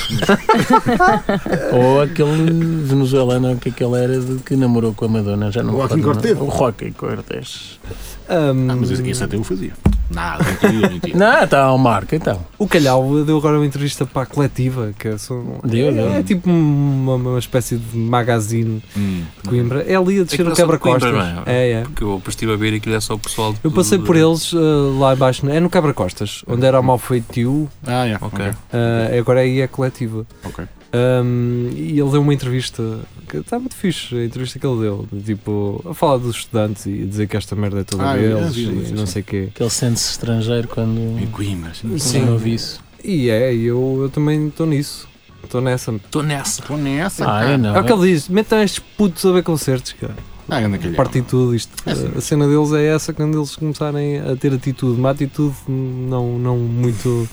Speaker 3: Ou aquele venezuelano que aquele era de que namorou com a Madonna, já não me
Speaker 4: Joaquim
Speaker 3: recordo o
Speaker 4: Cortez.
Speaker 3: nome. O Joaquim Cortez.
Speaker 2: Ahm,
Speaker 4: Ah, mas
Speaker 2: é
Speaker 4: isso- isso até eu fazia. Nada, não queria, não tinha.
Speaker 3: Não, está ao marco então.
Speaker 2: o Calhau deu agora uma entrevista para a coletiva, que é, só-
Speaker 3: Deu, deu.
Speaker 2: é tipo uma, uma espécie de magazine
Speaker 4: Hum.
Speaker 2: de Coimbra. É ali a descer
Speaker 5: que
Speaker 2: o
Speaker 5: não são de Coimbra,
Speaker 2: quebra-costas.
Speaker 5: não
Speaker 2: É, é.
Speaker 5: Porque eu depois estive a ver aquilo é só o pessoal. de-
Speaker 2: Eu passei por eles eh, lá embaixo, é no Cabra-Costas, onde era o mau feitio,
Speaker 4: Ah, é.
Speaker 5: Ok.
Speaker 2: eh, agora aí é coletiva.
Speaker 4: Ok.
Speaker 2: Ahm, e ele deu uma entrevista, que está muito fixe a entrevista que ele deu, de, tipo, a falar dos estudantes e a dizer que esta merda é toda
Speaker 4: Ah, eu
Speaker 2: deles
Speaker 4: vi, eu vi,
Speaker 2: e
Speaker 4: sim,
Speaker 2: não
Speaker 4: sim.
Speaker 2: sei o quê.
Speaker 3: Que ele sente-se estrangeiro
Speaker 4: Em
Speaker 3: quando,
Speaker 4: Coimbra, sim.
Speaker 3: quando ouve isso.
Speaker 2: E é, eu, eu também estou nisso, estou nessa.
Speaker 5: Estou nessa.
Speaker 4: Estou nessa.
Speaker 3: Ah, eu não.
Speaker 2: É o que ele diz, metam estes putos a ver concertos, cara.
Speaker 4: Ah, grande calhau.
Speaker 2: Parte tudo isto. A cena deles é essa quando eles começarem a ter atitude, uma atitude não, não muito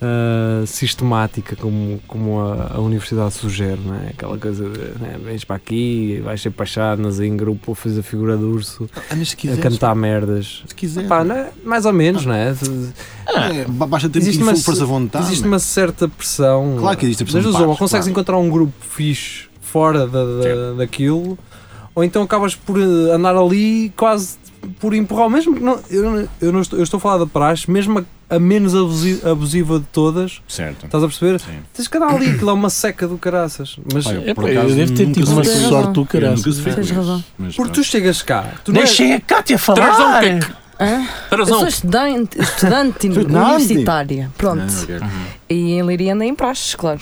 Speaker 2: ah, sistemática como, como a, a universidade sugere, não é? Aquela coisa de né, vens para aqui, vais ser pachadas em grupo, fazes a figura do urso,
Speaker 4: Ah, mas se
Speaker 2: a
Speaker 4: quiseres.
Speaker 2: cantar merdas.
Speaker 4: Se quiseres.
Speaker 2: Pá, não é? mais ou menos, não é?
Speaker 4: É, ba- Basta ter
Speaker 2: Existe
Speaker 4: um
Speaker 2: uma-
Speaker 4: bocadinho de força de vontade.
Speaker 2: existe uma certa pressão.
Speaker 4: Claro que existe a pressão
Speaker 2: Das
Speaker 4: de
Speaker 2: duas, ou
Speaker 4: pares,
Speaker 2: consegues
Speaker 4: claro.
Speaker 2: encontrar um grupo fixe fora da, da- daquilo, ou então acabas por eh, andar ali quase por empurrar. Mesmo que não, eu, não- eu não estou, eu estou a falar da praxe, mesmo a, a menos abusi- abusiva de todas,
Speaker 4: Certo.
Speaker 2: estás a perceber?
Speaker 4: Sim.
Speaker 2: Tens que andar ali, aquilo é uma seca do caraças. Mas
Speaker 4: Pá,
Speaker 3: É,
Speaker 4: por
Speaker 3: pá, eu
Speaker 4: acaso,
Speaker 3: devo ter
Speaker 4: nunca
Speaker 3: tido
Speaker 4: se
Speaker 3: uma
Speaker 4: fez.
Speaker 3: sorte do caralho.
Speaker 4: Nunca se fez
Speaker 7: Tens
Speaker 4: com isso.
Speaker 7: razão.
Speaker 4: Mas
Speaker 2: porque
Speaker 4: pronto.
Speaker 2: tu chegas cá, tu não é- és-
Speaker 3: Deixem a Cátia
Speaker 5: Traz um
Speaker 3: falar!
Speaker 5: queque.
Speaker 7: Hã? Eu
Speaker 5: Traz
Speaker 7: sou
Speaker 5: um.
Speaker 7: estudante, estudante
Speaker 4: Estudante.
Speaker 7: universitária. Pronto.
Speaker 4: Ah, ok.
Speaker 7: E em Leiria anda em praxes, claro.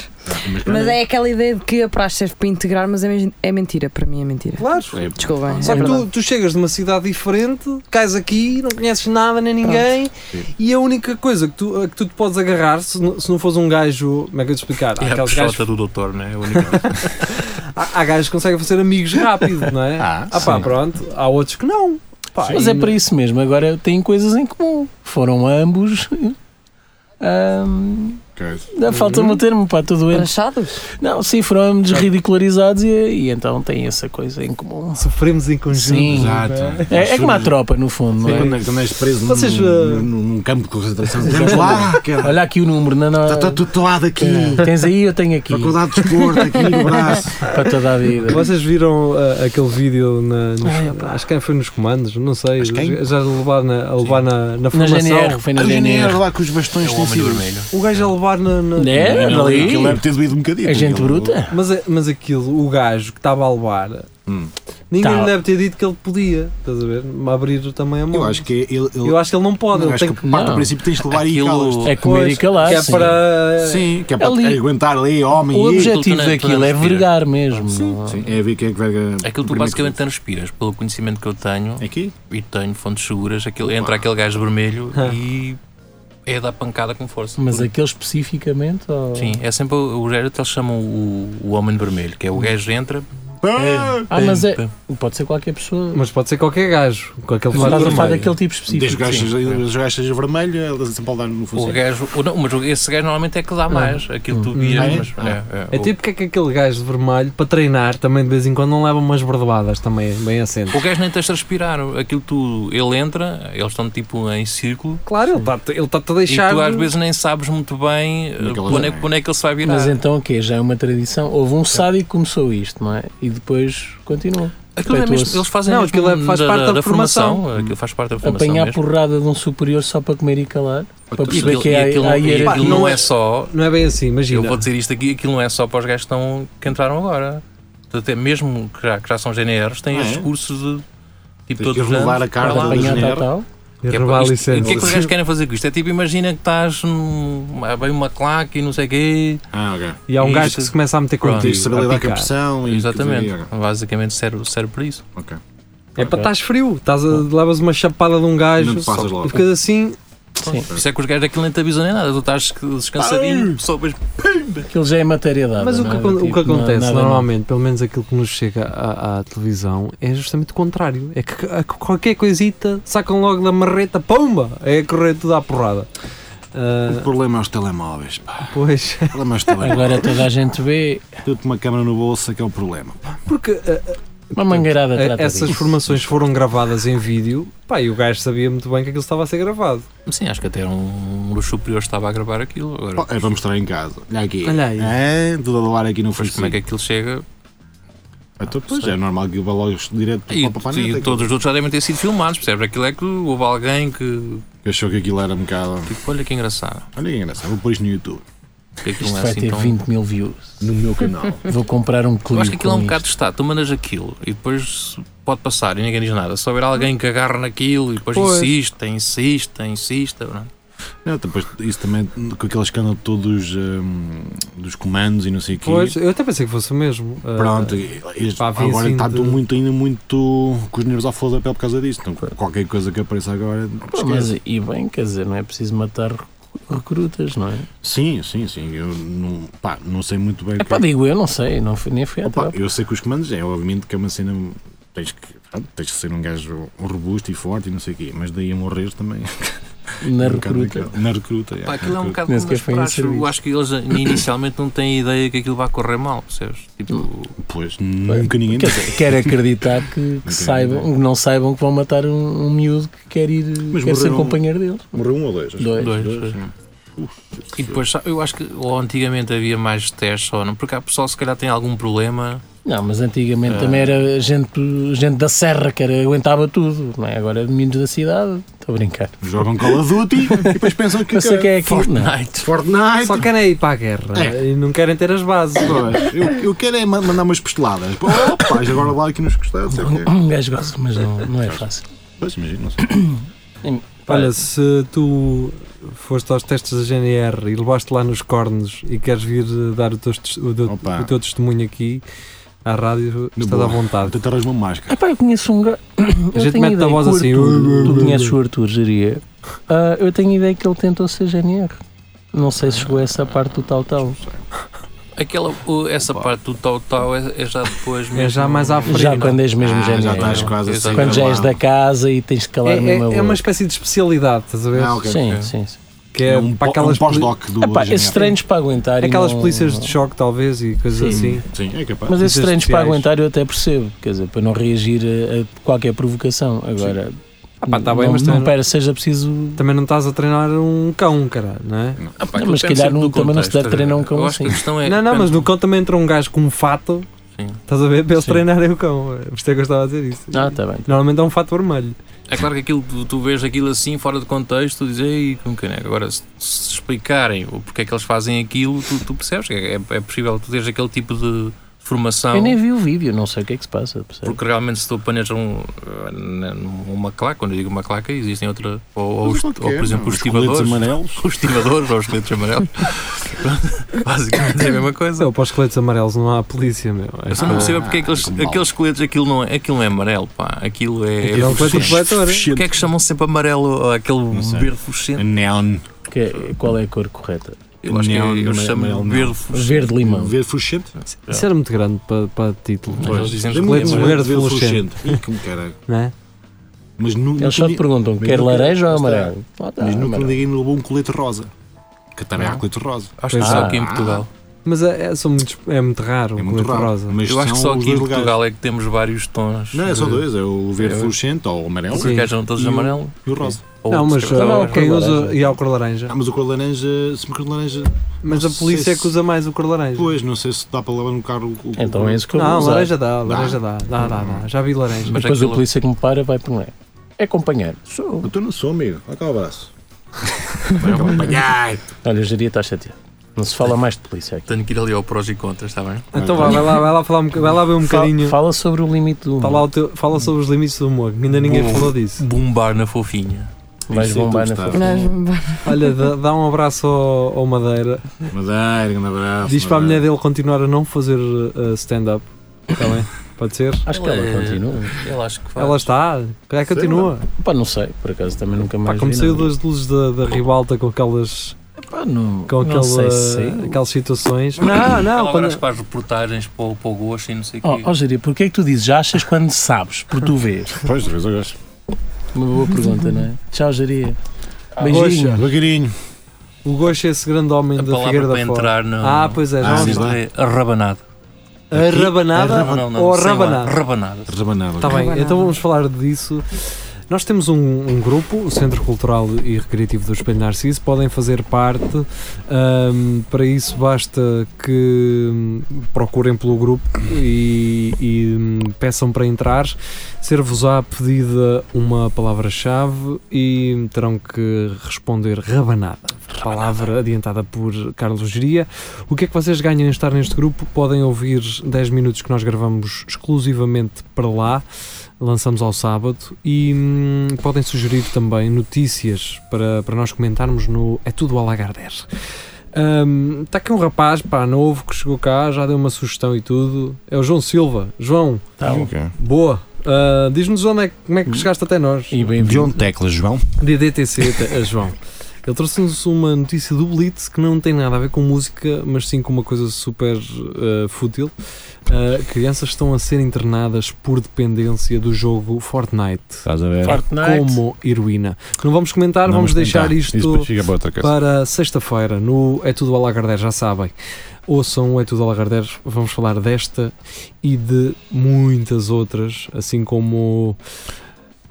Speaker 4: Mas
Speaker 7: Mas é aquela ideia de que a praxe serve para integrar, mas é, mes- é mentira. Para mim é mentira.
Speaker 2: Claro.
Speaker 4: é-
Speaker 7: Desculpem.
Speaker 2: Só
Speaker 7: é
Speaker 2: que tu,
Speaker 7: verdade.
Speaker 2: tu chegas de uma cidade diferente, cais aqui, não conheces nada nem ninguém
Speaker 4: Sim.
Speaker 2: e a única coisa que tu, a que tu te podes agarrar, se não, se não fores um gajo, como é que eu te explicar? Há,
Speaker 5: É a
Speaker 2: aqueles gajos,
Speaker 5: peixota do doutor, não é? É a única-
Speaker 2: há, há gajos que conseguem fazer amigos rápido, não é?
Speaker 4: Ah,
Speaker 2: pá,
Speaker 4: sim.
Speaker 2: pronto, há outros que não. Pá,
Speaker 3: Mas
Speaker 2: e-
Speaker 3: é para isso mesmo, agora têm coisas em comum. Foram ambos. hum, Dá falta um termo, pá, estou doente.
Speaker 7: Prachados?
Speaker 3: Não, sim, foram desridicularizados e, e então tem essa coisa em comum.
Speaker 2: Sofremos em conjunto.
Speaker 3: Sim.
Speaker 4: Exato.
Speaker 3: É, é como a tropa, no fundo, não é?
Speaker 4: Quando, quando és preso num,
Speaker 2: Vocês,
Speaker 4: num, num campo de concentração, vamos lá, cara.
Speaker 3: é? Olha aqui o número, não, não.
Speaker 4: Está todo tatuado Tá, aqui.
Speaker 3: Tens aí, eu tenho aqui.
Speaker 4: Faculdade de Desporto aqui no braço.
Speaker 3: Para toda a vida.
Speaker 2: Vocês viram ah, aquele vídeo na, nos-
Speaker 3: Ai, opa.
Speaker 2: acho que é, foi nos comandos, não sei,
Speaker 4: Acho que é.
Speaker 2: já a levar na, a levar na, na
Speaker 3: Na
Speaker 2: formação.
Speaker 3: GNR, foi na
Speaker 4: A
Speaker 3: GNR.
Speaker 4: janeiro lá com os bastões
Speaker 5: É o
Speaker 4: têm
Speaker 5: homem
Speaker 4: sido.
Speaker 5: vermelho.
Speaker 2: O gajo a levar na, na-
Speaker 4: Né?
Speaker 3: É,
Speaker 6: Aquilo
Speaker 3: ali.
Speaker 6: deve ter doído um bocadinho.
Speaker 3: É gente
Speaker 6: aquilo.
Speaker 3: bruta.
Speaker 2: mas, é- mas aquilo, o gajo que estava a levar,
Speaker 6: Hum.
Speaker 2: ninguém
Speaker 3: Tá.
Speaker 2: lhe deve ter dito que ele podia, estás a ver? Abrir também a mão.
Speaker 4: Eu acho que ele. ele
Speaker 2: Eu acho que ele não pode,
Speaker 4: eu
Speaker 2: ele
Speaker 4: acho
Speaker 2: tem
Speaker 4: que
Speaker 2: que.
Speaker 4: parte do
Speaker 3: Não.
Speaker 4: princípio tens de levar e
Speaker 5: Aquilo-
Speaker 4: calas-te.
Speaker 3: É comer e
Speaker 2: Pois,
Speaker 3: calar.
Speaker 2: que é
Speaker 3: sim.
Speaker 2: para.
Speaker 4: Sim, que é para
Speaker 3: Ali-
Speaker 4: aguentar ali,
Speaker 3: O
Speaker 4: homem, e.
Speaker 5: tu
Speaker 3: objetivo
Speaker 5: não- tu
Speaker 3: daquilo
Speaker 5: não
Speaker 3: é
Speaker 5: respiras.
Speaker 3: vergar mesmo. não é?
Speaker 4: Sim, é ver quem é que vai. É
Speaker 5: Aquilo tu basicamente não respiras, pelo conhecimento que eu tenho
Speaker 4: Aqui?
Speaker 5: e tenho fontes seguras, aquilo, entra aquele gajo vermelho e é dar pancada com força.
Speaker 3: Mas aquele especificamente. ou-
Speaker 5: Sim, é sempre o o género que eles chamam o, o homem vermelho, que é o gajo entra.
Speaker 4: Ah,
Speaker 3: Ah, mas é.
Speaker 5: pam.
Speaker 3: Pode ser qualquer pessoa.
Speaker 2: Mas pode ser qualquer gajo, com aquele
Speaker 3: Mas
Speaker 2: fato
Speaker 3: estás a falar
Speaker 2: vermelho.
Speaker 3: daquele tipo específico.
Speaker 4: Desde que
Speaker 3: sim.
Speaker 2: É.
Speaker 4: os gajos sejam vermelhos, ele sempre a dar no
Speaker 5: O
Speaker 4: funcionamento.
Speaker 5: gajo, o- não, mas o- esse gajo normalmente é que dá mais. Aquilo tu
Speaker 4: Ah, é?
Speaker 5: vias, mas. é, é.
Speaker 2: É tipo que é que aquele gajo de vermelho, para treinar, também de vez em quando não leva umas bordoadas também, bem assentes.
Speaker 5: O gajo nem tens de respirar, aquilo tu, ele entra, eles estão tipo em círculo
Speaker 2: Claro, ele está-te ele tá a
Speaker 5: e
Speaker 2: deixar.
Speaker 5: tu às vezes nem sabes muito bem eh,
Speaker 4: Naquela
Speaker 5: para onde é
Speaker 4: zona.
Speaker 5: para onde é que ele se vai virar.
Speaker 3: Mas então o quê? Já é uma tradição. Houve um sádico que começou isto, não é? E depois continuou.
Speaker 5: Aquilo é mesmo,
Speaker 3: Respeituoso.
Speaker 5: eles fazem
Speaker 2: Não,
Speaker 5: mesmo
Speaker 2: aquilo é- faz
Speaker 5: da,
Speaker 2: parte
Speaker 5: da,
Speaker 2: da
Speaker 5: da formação. Hum.
Speaker 2: formação.
Speaker 5: Aquilo faz parte da formação.
Speaker 3: Apanhar
Speaker 5: mesmo.
Speaker 3: porrada de um superior só para comer e calar. Para
Speaker 5: E
Speaker 3: perceber
Speaker 5: aquilo,
Speaker 3: que
Speaker 5: e
Speaker 3: há,
Speaker 5: aquilo,
Speaker 3: há
Speaker 5: e aquilo
Speaker 3: é hierarquia.
Speaker 5: não é só.
Speaker 2: Não é bem assim,
Speaker 5: Eu
Speaker 2: imagina.
Speaker 5: vou dizer isto aqui, aquilo não é só para os gajos que, estão, que entraram agora. Até mesmo que já, que já são GNRs, têm
Speaker 4: Ah,
Speaker 5: esses
Speaker 4: é?
Speaker 5: cursos de tipo
Speaker 4: Tens que
Speaker 5: todos os
Speaker 4: relevar
Speaker 5: anos,
Speaker 4: a carga
Speaker 5: vai lá.
Speaker 4: da-
Speaker 3: Apanhar
Speaker 4: Engenheiro.
Speaker 3: tal, tal.
Speaker 2: E
Speaker 5: Que é
Speaker 2: roubar
Speaker 5: para
Speaker 2: a
Speaker 5: isto-
Speaker 2: licença.
Speaker 5: E o que é que os gajos querem fazer com isto? É tipo, imagina que estás num, há bem uma claque e não sei o quê.
Speaker 4: Ah, ok.
Speaker 2: E há um
Speaker 5: Isto-
Speaker 2: gajo que se começa a meter
Speaker 5: Pronto,
Speaker 2: contigo.
Speaker 4: Tens de saber
Speaker 2: a
Speaker 4: lidar é com a
Speaker 2: picar.
Speaker 4: pressão e.
Speaker 5: Exatamente.
Speaker 4: Ok.
Speaker 5: Basicamente serve, serve para isso.
Speaker 4: ok.
Speaker 2: É para estás frio, estás a, levas uma chapada de um gajo
Speaker 4: Não te passas
Speaker 2: só-
Speaker 4: logo.
Speaker 2: e ficas assim.
Speaker 5: Por isso é que os gajos daquilo nem te avisam nem nada. Tu estás descansadinho, só vês
Speaker 3: Aquilo já é matéria dada.
Speaker 2: Mas o que,
Speaker 3: não é?
Speaker 2: acon- o que
Speaker 3: Tipo, não-
Speaker 2: acontece
Speaker 3: nada
Speaker 2: normalmente, pelo menos aquilo que nos chega à, à televisão, é justamente o contrário. É que a- qualquer coisita sacam logo da marreta, pumba! É correr tudo à porrada.
Speaker 4: O
Speaker 2: Ah,
Speaker 4: problema é os telemóveis, pá.
Speaker 2: pois,
Speaker 4: O problema é os
Speaker 3: mal.
Speaker 4: telemóveis.
Speaker 3: Agora toda a gente vê
Speaker 4: Tu com uma câmera no bolso é que é o problema.
Speaker 2: porque ah,
Speaker 3: uma mangueirada
Speaker 2: É,
Speaker 3: trata
Speaker 2: essas
Speaker 3: disso.
Speaker 2: formações foram gravadas em vídeo, pá, e o gajo sabia muito bem que aquilo estava a ser gravado.
Speaker 5: Sim, acho que até um, um dos superiores estava a gravar aquilo. Agora,
Speaker 3: Oh,
Speaker 4: Pá, É para mostrar em casa. Olha aqui.
Speaker 2: Olha aí.
Speaker 4: É, tudo a doar aqui no
Speaker 5: Mas como é que
Speaker 4: Facebook.
Speaker 5: aquilo chega?
Speaker 3: Tipo,
Speaker 4: Então, pois é normal que vá logo direto
Speaker 5: E,
Speaker 4: para o é
Speaker 5: e
Speaker 3: é
Speaker 4: planeta.
Speaker 5: todos os outros já devem ter sido filmados, percebes? Aquilo é que houve alguém que.
Speaker 4: Achou que aquilo era um bocado.
Speaker 5: Tipo, olha que engraçado.
Speaker 4: Olha que engraçado, vou pôr isto no YouTube.
Speaker 5: Porque aquilo
Speaker 3: Isto
Speaker 5: não é
Speaker 3: vai
Speaker 5: assim
Speaker 3: ter
Speaker 5: tão-
Speaker 3: 20 mil views.
Speaker 4: No meu canal.
Speaker 3: Vou comprar um
Speaker 5: Eu
Speaker 3: clipe.
Speaker 5: acho que aquilo é um bocado de estado. Tu mandas aquilo e depois pode passar e ninguém diz nada. Só houver alguém que agarra naquilo e depois
Speaker 2: Pois.
Speaker 5: insista, insista, insista. não é?
Speaker 4: Não, depois isso também com aquele escândalo todo dos, hum, dos comandos e não sei o quê.
Speaker 2: Pois, eu até pensei que fosse o mesmo. Ah,
Speaker 4: Pronto, e- este-
Speaker 2: pá, vi
Speaker 4: agora
Speaker 2: assim
Speaker 4: está
Speaker 2: de-
Speaker 4: tudo muito, ainda muito com os nervos à flor da pele por causa disso. Então, qualquer coisa que apareça agora.
Speaker 3: Pô,
Speaker 4: esquece.
Speaker 3: Mas e bem, quer dizer, não é preciso matar recru- recrutas, não é?
Speaker 4: Sim, sim, sim. Eu não, pá, não sei muito bem. o
Speaker 3: É
Speaker 4: que
Speaker 3: pá, digo eu, não sei, não fui, nem fui à
Speaker 4: Opa,
Speaker 3: tropa.
Speaker 4: eu sei que os comandos é, obviamente, que é uma cena. Tens que, pronto, tens que ser um gajo robusto e forte e não sei o quê, mas daí a morrer também.
Speaker 3: Na
Speaker 4: Um bocado
Speaker 3: recruta.
Speaker 4: daquela- Na recruta, é,
Speaker 5: Pá, aquilo é um
Speaker 4: na recruta.
Speaker 5: bocado
Speaker 3: Nem
Speaker 5: como
Speaker 3: sequer
Speaker 5: nas
Speaker 3: foi em
Speaker 5: praxes. Eu
Speaker 3: serviço.
Speaker 5: acho que eles inicialmente não têm ideia que aquilo vai correr mal, percebes? Tipo,
Speaker 4: Pois, nunca ninguém
Speaker 3: Quer
Speaker 4: disse.
Speaker 3: dizer, quero acreditar que, que
Speaker 4: Não
Speaker 3: saibam,
Speaker 4: tenho
Speaker 3: que não saibam que vão matar um, um miúdo que quer ir,
Speaker 4: Mas
Speaker 3: quer ser
Speaker 4: morreram-
Speaker 3: companheiro deles.
Speaker 4: Morreu um ou dois? acho que
Speaker 3: Dois.
Speaker 4: foi.
Speaker 5: Dois, dois.
Speaker 4: sim.
Speaker 5: E depois, sabe, eu acho que ou antigamente havia mais testes ou não, porque há pessoal se calhar tem algum problema.
Speaker 3: Não, mas antigamente
Speaker 5: Ah.
Speaker 3: também era gente, gente da serra que era, aguentava tudo, não é? Agora é meninos da cidade, estou a brincar.
Speaker 4: Jogam Call of Duty e depois pensam que
Speaker 3: Eu sei que é aquilo, não.
Speaker 5: Night.
Speaker 4: Fortnite.
Speaker 2: Só querem ir para a guerra
Speaker 3: É.
Speaker 2: e não querem ter as bases.
Speaker 4: Pois, eu, eu quero é ma- mandar umas posteladas. Pô, Opa, já agora lá aqui nos costados. sei o quê.
Speaker 3: Um gajo gosta, mas não, não é fácil.
Speaker 4: Pois, imagino, não sei.
Speaker 2: Olha, se tu foste aos testes da GNR e levaste lá nos cornos e queres vir eh, dar o teu, tes- o teu-
Speaker 4: Opa.
Speaker 2: o teu testemunho aqui à rádio,
Speaker 4: Na
Speaker 2: estás à
Speaker 4: boa.
Speaker 2: vontade.
Speaker 4: Tentarás uma máscara.
Speaker 3: Ah, pá, eu conheço um gajo.
Speaker 2: A gente mete a voz assim, "Ui, ui,
Speaker 3: Tu
Speaker 2: ui,
Speaker 3: conheces
Speaker 2: ui".
Speaker 3: o Arthur, diria. Ah, eu tenho ideia que ele tentou ser GNR. Não sei se chegou a essa parte do tal-tal.
Speaker 5: Aquela, o- essa parte do tal tal é, é já depois mesmo.
Speaker 2: É já mais à frente.
Speaker 3: Já quando és mesmo
Speaker 4: Ah,
Speaker 3: GNR.
Speaker 4: já estás
Speaker 5: não.
Speaker 4: quase assim.
Speaker 3: Quando já és da casa e tens de
Speaker 2: É,
Speaker 3: calar
Speaker 2: é,
Speaker 3: mesmo a
Speaker 2: é uma
Speaker 3: boca.
Speaker 2: espécie de especialidade, estás a ver?
Speaker 4: Ah, ok.
Speaker 3: Sim,
Speaker 5: ok.
Speaker 3: sim, sim.
Speaker 2: que é,
Speaker 4: um,
Speaker 2: para
Speaker 4: po-
Speaker 2: aquelas,
Speaker 4: um pós-doc do
Speaker 3: Epá,
Speaker 4: GNR.
Speaker 3: esses treinos para aguentar. e
Speaker 2: aquelas
Speaker 3: não-
Speaker 2: polícias de choque, talvez, e coisas
Speaker 4: Sim,
Speaker 2: assim.
Speaker 4: sim, é capaz.
Speaker 3: Mas esses
Speaker 2: polícias
Speaker 3: treinos para
Speaker 2: especiais.
Speaker 3: aguentar eu até percebo, quer dizer, para não reagir a, a qualquer provocação. Agora,
Speaker 2: Ah pá, tá bem,
Speaker 3: não,
Speaker 2: mas
Speaker 3: não
Speaker 2: também não-
Speaker 3: pera, seja preciso
Speaker 2: Também não estás a treinar um cão, cara, não é?
Speaker 5: Ah, pá,
Speaker 3: Não,
Speaker 5: aquilo
Speaker 3: mas
Speaker 5: depende
Speaker 3: se calhar
Speaker 5: sempre
Speaker 3: não-
Speaker 5: do
Speaker 3: também não se
Speaker 5: contexto,
Speaker 3: deve
Speaker 5: estás a ver?
Speaker 3: treinar um cão
Speaker 5: Eu acho que a
Speaker 3: assim.
Speaker 5: questão é.
Speaker 2: Não, não, mas
Speaker 5: depende-
Speaker 2: no cão também entra um gajo com um fato,
Speaker 5: Sim.
Speaker 2: estás a ver? Para eles
Speaker 3: Sim.
Speaker 2: treinarem o cão. é, Por isso é que eu estava a dizer isso.
Speaker 3: Ah, está bem.
Speaker 2: Normalmente é um fato vermelho.
Speaker 5: É claro que aquilo, tu, tu vês aquilo assim, fora de contexto, tu dizes, ei, como que é? Agora, se, se explicarem o porquê é que eles fazem aquilo, tu, tu percebes que é, é possível tu teres aquele tipo de formação.
Speaker 3: Eu nem vi o vídeo, não sei o que é que se passa. percebe?
Speaker 5: Porque realmente, se tu apanhas um, uh, uma claca, quando eu digo uma claca, existem outra. Ou, ou, os-
Speaker 4: Mas
Speaker 5: ou,
Speaker 4: qualquer,
Speaker 5: por exemplo,
Speaker 4: não,
Speaker 5: os
Speaker 4: coletes
Speaker 5: estivadores.
Speaker 4: amarelos.
Speaker 5: Os estivadores ou os coletes amarelos. Basicamente é a mesma coisa.
Speaker 2: Só para os coletes amarelos não há polícia, meu.
Speaker 5: Eu só não percebo porque é que eles,
Speaker 4: que mal.
Speaker 5: aqueles coletes, aquilo não, é, aquilo não é amarelo, pá. Aquilo é.
Speaker 2: Aquilo é um colete refletor. hein?
Speaker 5: Porquê é que chamam sempre amarelo ou aquele
Speaker 4: sei.
Speaker 5: verde fluorescente?
Speaker 4: Neon.
Speaker 3: Que- qual é a cor correta?
Speaker 5: Eu acho que
Speaker 4: Neon,
Speaker 5: eu
Speaker 4: amarelo,
Speaker 5: chamo
Speaker 4: não.
Speaker 5: verde fluorescente.
Speaker 3: Verde limão.
Speaker 4: Verde fluorescente?
Speaker 2: Isso era muito grande para, para título,
Speaker 5: Pois.
Speaker 2: mas-
Speaker 5: Nós dizemos
Speaker 4: Lembro-me
Speaker 2: coletes
Speaker 4: de
Speaker 2: verde
Speaker 4: um Ih, como caralho.
Speaker 2: não é?
Speaker 4: Mas nu- nunca
Speaker 3: Eles só te
Speaker 4: ni-
Speaker 3: perguntam,
Speaker 4: mas
Speaker 3: quer
Speaker 4: nunca-
Speaker 3: laranja ou
Speaker 4: lá está.
Speaker 3: amarelo? Ah, tá,
Speaker 4: Mas nunca
Speaker 3: amarelo.
Speaker 4: ninguém levou um colete rosa. Que também há colete rosa.
Speaker 5: Acho que
Speaker 2: Pois
Speaker 5: só
Speaker 3: é.
Speaker 5: aqui em Portugal.
Speaker 2: Mas é, é- são muitos- é muito raro
Speaker 4: É
Speaker 2: o
Speaker 4: muito
Speaker 2: colete
Speaker 4: raro.
Speaker 2: rosa.
Speaker 4: Mas
Speaker 5: Eu acho que
Speaker 4: são
Speaker 5: só
Speaker 4: os
Speaker 5: aqui em
Speaker 4: dois legais.
Speaker 5: Portugal é que temos vários tons.
Speaker 4: Não, é só
Speaker 5: de-
Speaker 4: dois. É o verde
Speaker 5: É.
Speaker 4: fluorescente ou o amarelo
Speaker 5: Porque eram todos
Speaker 4: E o-
Speaker 5: amarelo.
Speaker 4: e é o rosa.
Speaker 5: Ou
Speaker 2: Não,
Speaker 5: outro,
Speaker 2: mas
Speaker 5: se calhar,
Speaker 2: uh,
Speaker 3: não,
Speaker 5: amarelo.
Speaker 2: quem
Speaker 3: cor
Speaker 2: usa
Speaker 3: laranja.
Speaker 2: e há o cor laranja.
Speaker 4: Ah, mas o cor laranja, se me cor laranja.
Speaker 2: Mas a
Speaker 4: não sei
Speaker 2: polícia é que
Speaker 4: se-
Speaker 2: usa mais o cor laranja.
Speaker 4: Pois, não sei se dá para levar no carro o. o-
Speaker 3: Então é isso que eu vou
Speaker 2: Não,
Speaker 3: usar.
Speaker 2: laranja dá, laranja dá, dá, dá, dá. Já vi laranja.
Speaker 5: Mas
Speaker 3: Depois o
Speaker 5: aquilo-
Speaker 3: polícia que me para vai por um É companheiro. Sou.
Speaker 4: Eu estou no som, amigo. Olha cá o braço.
Speaker 3: Olha, geria está chateado. Não se fala mais de polícia aqui.
Speaker 5: Tenho que ir ali ao prós e contras, está bem?
Speaker 2: Então vá, vai lá, vai lá, falar um, boca- vai lá ver um bocadinho.
Speaker 3: Fala, fala sobre o limite do
Speaker 2: Tá
Speaker 3: humor.
Speaker 2: lá o teu- fala sobre os limites do humor, que ainda ninguém
Speaker 5: Bom.
Speaker 2: falou disso.
Speaker 5: Bombar na fofinha.
Speaker 3: Vais
Speaker 4: Isso é
Speaker 3: bombar
Speaker 4: tu,
Speaker 3: na
Speaker 4: Gustavo.
Speaker 3: fofa.
Speaker 7: Nós-
Speaker 2: Olha, dá, dá um abraço ao, ao Madeira.
Speaker 4: Madeira, grande abraço.
Speaker 2: Diz para a mulher
Speaker 4: Madeira.
Speaker 2: dele continuar a não fazer uh, stand-up. Está bem? Pode ser?
Speaker 3: Acho que ela
Speaker 5: É.
Speaker 3: continua.
Speaker 5: Eu acho que faz.
Speaker 2: Ela está, é, continua.
Speaker 3: Pá, não sei, por acaso também nunca
Speaker 2: Pá,
Speaker 3: mais.
Speaker 2: como
Speaker 3: vi
Speaker 2: saiu
Speaker 3: nada.
Speaker 2: das luzes da, da ribalta com aquelas,
Speaker 3: Pá, não,
Speaker 2: com uh,
Speaker 3: não
Speaker 2: aquela,
Speaker 3: sei se saiu.
Speaker 2: aquelas situações. Não,
Speaker 5: Ela
Speaker 2: não,
Speaker 5: agora
Speaker 2: quando-
Speaker 5: acho que faz reportagens para o, para o gosto e não sei o
Speaker 3: Ó,
Speaker 5: quê.
Speaker 3: oh, Jaria, porquê é que tu dizes já achas quando sabes? Porque tu vês.
Speaker 6: Pois, de vez eu gosto.
Speaker 3: Uma boa pergunta, não é? Tchau, Jaria.
Speaker 2: Oxa.
Speaker 3: Beijinho.
Speaker 4: Devagarinho.
Speaker 2: O Gosto é esse grande homem
Speaker 5: a
Speaker 2: da Figueira
Speaker 5: palavra para
Speaker 2: da Foz.
Speaker 5: entrar no.
Speaker 2: Ah, pois é, já
Speaker 4: Ah,
Speaker 2: vamos
Speaker 4: sim.
Speaker 2: lá.
Speaker 5: é rabanada.
Speaker 2: A
Speaker 4: Aqui-
Speaker 2: rabanada
Speaker 5: Não, não, não,
Speaker 2: ou a
Speaker 5: sem lá.
Speaker 2: rabanada?
Speaker 5: Rabanada.
Speaker 4: Rabanada.
Speaker 2: Está bem,
Speaker 7: Rabanada.
Speaker 2: então vamos falar disso. Nós temos um, um grupo, o Centro Cultural e Recreativo do Espelho Narciso, podem fazer parte. ahm, para isso basta que hum, procurem pelo grupo e, e, hum, peçam para entrar. Ser-vos-á pedida uma palavra-chave e terão que responder rabanada. Palavra adiantada por Carlos Geria. O que é que vocês ganham em estar neste grupo? Podem ouvir 10 minutos que nós gravamos exclusivamente para lá, lançamos ao sábado, e hum, podem sugerir também notícias para, para nós comentarmos no É Tudo Alagarder. Está aqui um rapaz, pá, novo, que chegou cá, já deu uma sugestão e tudo. É o João Silva. João,
Speaker 3: Tchau.
Speaker 2: boa. Ah, Diz-nos onde é, que- como é que chegaste até nós.
Speaker 3: E bem-vindo.
Speaker 6: John Teclas, João.
Speaker 2: DDTC, tá- João. Ele trouxe-nos uma notícia do Blitz que não tem nada a ver com música, mas sim com uma coisa super eh, fútil. Eh, crianças estão a ser internadas por dependência do jogo Fortnite
Speaker 6: Estás a
Speaker 3: É.
Speaker 6: ver?
Speaker 3: Fortnite.
Speaker 2: como heroína. Não vamos comentar,
Speaker 6: Não
Speaker 2: vamos deixar
Speaker 6: tentar.
Speaker 2: isto
Speaker 6: Isso depois fica para outra coisa.
Speaker 2: para sexta-feira no É Tudo Alagarder, já sabem. Ouçam o É Tudo Alagarder, vamos falar desta e de muitas outras, assim como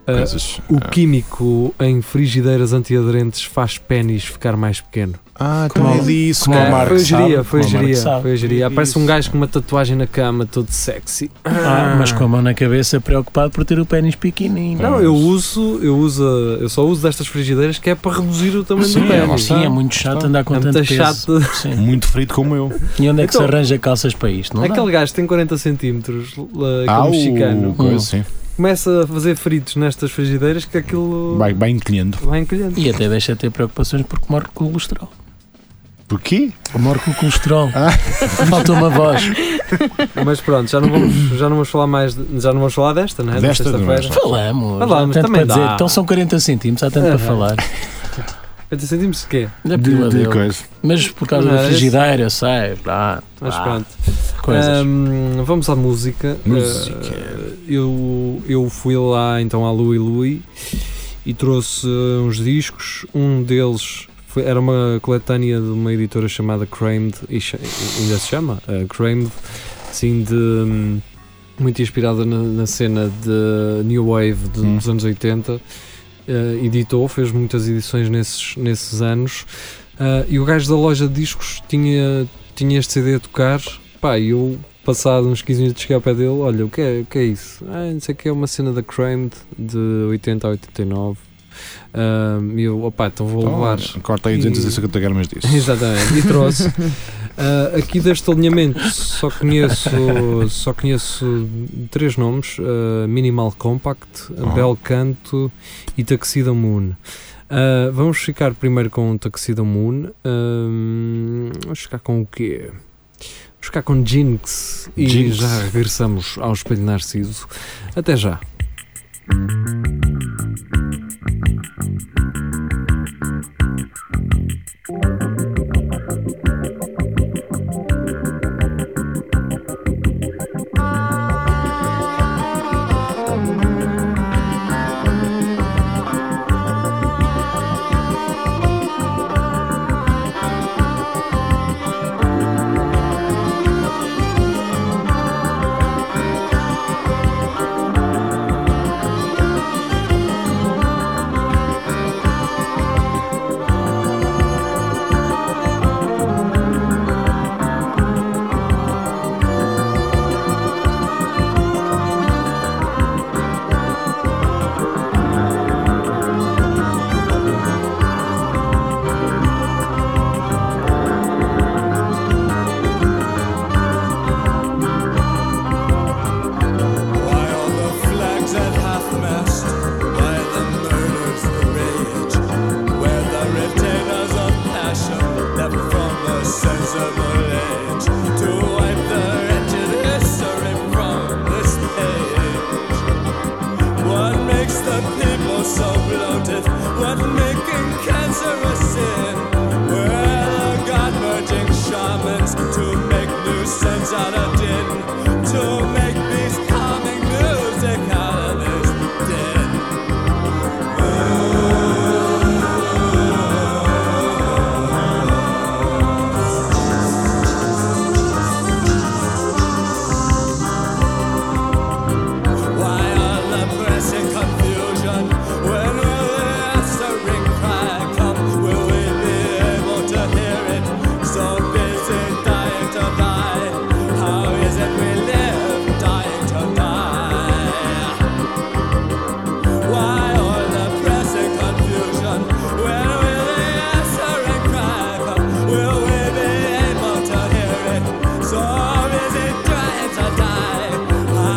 Speaker 2: eh,
Speaker 3: é.
Speaker 6: Coisas.
Speaker 2: o químico em frigideiras antiaderentes faz pênis ficar mais pequeno.
Speaker 6: Ah,
Speaker 3: Como
Speaker 6: então é
Speaker 3: o-
Speaker 6: disso.
Speaker 3: como
Speaker 6: cara.
Speaker 3: o Marco
Speaker 2: foi a geria, foi a
Speaker 3: Como o Marco
Speaker 2: geria,
Speaker 3: sabe.
Speaker 2: foi a geria. Aparece um
Speaker 4: Isso.
Speaker 2: gajo com uma tatuagem na cama, todo sexy.
Speaker 3: Ah, mas com a mão na cabeça, preocupado por ter o pênis pequenininho.
Speaker 2: Não, eu uso, eu uso, eu só uso destas frigideiras que é para reduzir o tamanho do
Speaker 3: Sim, é,
Speaker 2: pênis.
Speaker 3: sim, é muito chato andar com
Speaker 2: É
Speaker 3: tanto
Speaker 2: muito
Speaker 3: peso.
Speaker 2: chato.
Speaker 3: Sim.
Speaker 6: Muito frito como eu.
Speaker 3: E onde é que
Speaker 2: Então-
Speaker 3: se arranja calças para isto? Não dá.
Speaker 2: Aquele gajo que tem 40 centímetros, lá,
Speaker 6: Ah,
Speaker 2: aquele
Speaker 6: o-
Speaker 2: É mexicano,
Speaker 6: coisa,
Speaker 3: Hum.
Speaker 6: sim.
Speaker 2: começa a fazer fritos nestas frigideiras que aquilo
Speaker 6: Vai, vai encolhendo.
Speaker 2: vai encolhendo.
Speaker 3: E até deixa de ter preocupações porque morre com o colesterol.
Speaker 6: Porquê?
Speaker 3: Morre com o colesterol.
Speaker 4: Ah.
Speaker 3: Faltou uma voz.
Speaker 2: Mas pronto, já não vamos, já não vamos falar mais, de- já não vamos falar desta, né? Da
Speaker 6: Desta não é? vamos
Speaker 2: sexta-feira.
Speaker 6: falar.
Speaker 3: Falamos.
Speaker 2: Falamos,
Speaker 3: Há tanto
Speaker 2: também
Speaker 3: para
Speaker 2: dá.
Speaker 3: dizer. Então são 40 centímetros, há tanto
Speaker 2: Ah,
Speaker 3: para falar.
Speaker 2: 40 centímetros de quê?
Speaker 3: Já pediu
Speaker 6: De,
Speaker 3: a
Speaker 6: de
Speaker 3: Deus.
Speaker 6: coisa.
Speaker 3: Mas por causa
Speaker 2: Não,
Speaker 3: da
Speaker 2: esse-
Speaker 3: frigideira, sai. Pá,
Speaker 2: Mas
Speaker 6: Ah,
Speaker 3: pá,
Speaker 2: pronto.
Speaker 3: Coisas.
Speaker 2: Ahm, vamos à música.
Speaker 6: Música.
Speaker 2: Ah, eu, eu fui lá então à Louie Louie e trouxe ah, uns discos. Um deles Foi- era uma coletânea de uma editora chamada Cramed, e cha- e ainda se chama eh, Cramed, assim de. hum, muito inspirada na, na cena de New Wave de-
Speaker 4: Hum.
Speaker 2: dos anos 80. eh, editou, fez muitas edições nesses, nesses anos. Ah, e o gajo da loja de discos tinha, tinha este CD a tocar. Pá, e eu, passado uns 15 minutos, cheguei ao pé dele: Olha, o que é, o que é isso? Ah, não sei o que é uma cena da Cramed de 80 a 89. Ah, e eu, opá, então vou levar.
Speaker 4: Então, corta aí 250 gramas disso.
Speaker 2: Exatamente, e trouxe. Ah, aqui deste alinhamento só conheço, só conheço três nomes: ah, Minimal Compact,
Speaker 4: Ah.
Speaker 2: Bel Canto e Tuxedo Moon. Ah, vamos ficar primeiro com o Tuxedo Moon. Ahm, vamos ficar com o quê? Vamos ficar com Jinx e
Speaker 4: Jinx.
Speaker 2: já regressamos ao Espelho Narciso. Até já.
Speaker 8: Why all the flags at half-mast? Why the murder's the rage? Where the retainers of passion left from the sensible age to wipe the wretched history from this page? What makes the people so bloated? What making cancer a sin? Where the god merging shamans to make new sense out of din? To make these calming music out of this din? Why all the pressing confusion? When will the answering cry come? Will we be able to hear it? So busy dying to die. How is it we live Ah.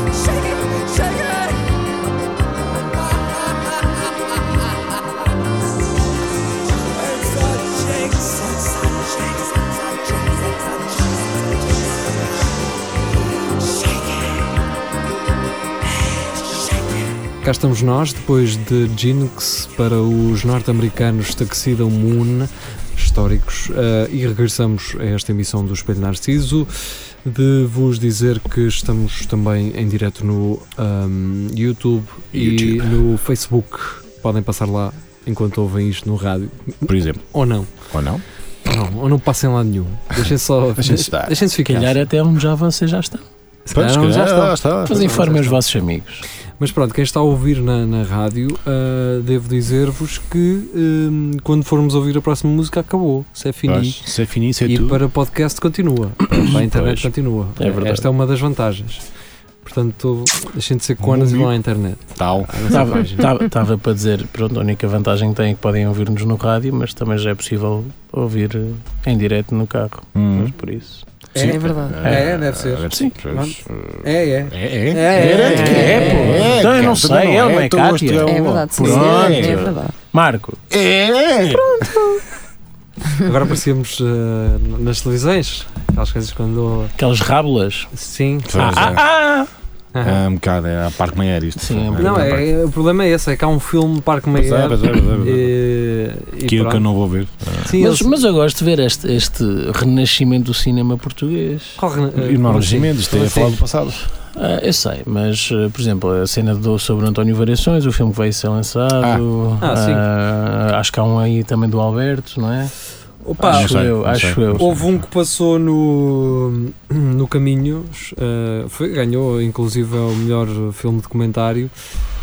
Speaker 2: Cá estamos nós, depois de Jinx para os norte-americanos Tuxedo Moon, históricos, eh, e regressamos a esta emissão do Espelho Narciso. De vos dizer que estamos também em direto no ahm, YouTube, e
Speaker 4: YouTube.
Speaker 2: no Facebook. Podem passar lá enquanto ouvem isto no rádio.
Speaker 4: Por exemplo.
Speaker 2: Ou não.
Speaker 4: Ou não?
Speaker 2: Ou não, ou não passem lá nenhum. Deixem só.
Speaker 6: Deixem-se estar.
Speaker 2: Deixem-se
Speaker 3: Se
Speaker 2: ficar.
Speaker 3: calhar até onde já vocês já estão.
Speaker 2: Se calhar não, já estão.
Speaker 6: está.
Speaker 4: Ah,
Speaker 3: Mas informem
Speaker 4: tá.
Speaker 3: os vossos amigos.
Speaker 2: Mas pronto, quem está a ouvir na, na rádio, ah, devo dizer-vos que hum, quando formos ouvir a próxima música, acabou. Se é fini.
Speaker 4: Pois, Se é fininho, se é
Speaker 2: E
Speaker 4: tudo.
Speaker 2: para podcast continua. Para a internet continua.
Speaker 3: É verdade.
Speaker 2: Esta é uma das vantagens. Portanto, deixem de ser conas e vão à internet.
Speaker 4: Tal.
Speaker 3: Estava estava- estava para dizer, pronto, a única vantagem que tem é que podem ouvir-nos no rádio, mas também já é possível ouvir eh, em direto no carro.
Speaker 4: Hum.
Speaker 3: Mas por isso.
Speaker 2: É, é verdade. É, deve ser.
Speaker 4: Sim.
Speaker 2: É, é.
Speaker 4: É, é.
Speaker 2: É,
Speaker 3: é, pô. Então eu não sei, ele não é Cátia.
Speaker 7: É
Speaker 4: um
Speaker 7: verdade, sim.
Speaker 4: Pronto.
Speaker 7: É verdade.
Speaker 3: Marco,
Speaker 4: É.
Speaker 2: Agora aparecemos ah, nas televisões. Aquelas coisas quando.
Speaker 3: aquelas rábulas.
Speaker 2: Sim.
Speaker 4: Pois é.
Speaker 3: Ah, ah,
Speaker 2: Aham.
Speaker 4: É um bocado, é a Parque Maier isto.
Speaker 3: Sim, é um
Speaker 2: Não, é, é- o problema é esse, é que há um filme Parque
Speaker 4: Pois é,
Speaker 2: Meia.
Speaker 4: pois é, pois é, pois é. Que eu que eu não vou ver.
Speaker 2: Sim,
Speaker 3: mas,
Speaker 2: eles-
Speaker 3: mas eu gosto de ver este, este renascimento do cinema português.
Speaker 2: Corre, eh,
Speaker 4: E
Speaker 2: como
Speaker 4: não há
Speaker 2: assim?
Speaker 4: regimento, isto
Speaker 2: Como
Speaker 4: é a
Speaker 2: assim?
Speaker 4: falar do passado.
Speaker 3: Ah, eu sei, mas eh, por exemplo, a cena do, sobre o António Variações, o filme que vai ser lançado.
Speaker 2: Ah, sim.
Speaker 3: ah, acho que há um aí também do Alberto, não é?
Speaker 2: Opa,
Speaker 3: acho
Speaker 4: sei,
Speaker 3: eu,
Speaker 4: não
Speaker 3: acho
Speaker 4: sei.
Speaker 3: eu.
Speaker 2: houve um que passou no, no Caminhos, eh, foi, ganhou inclusive o melhor filme documentário.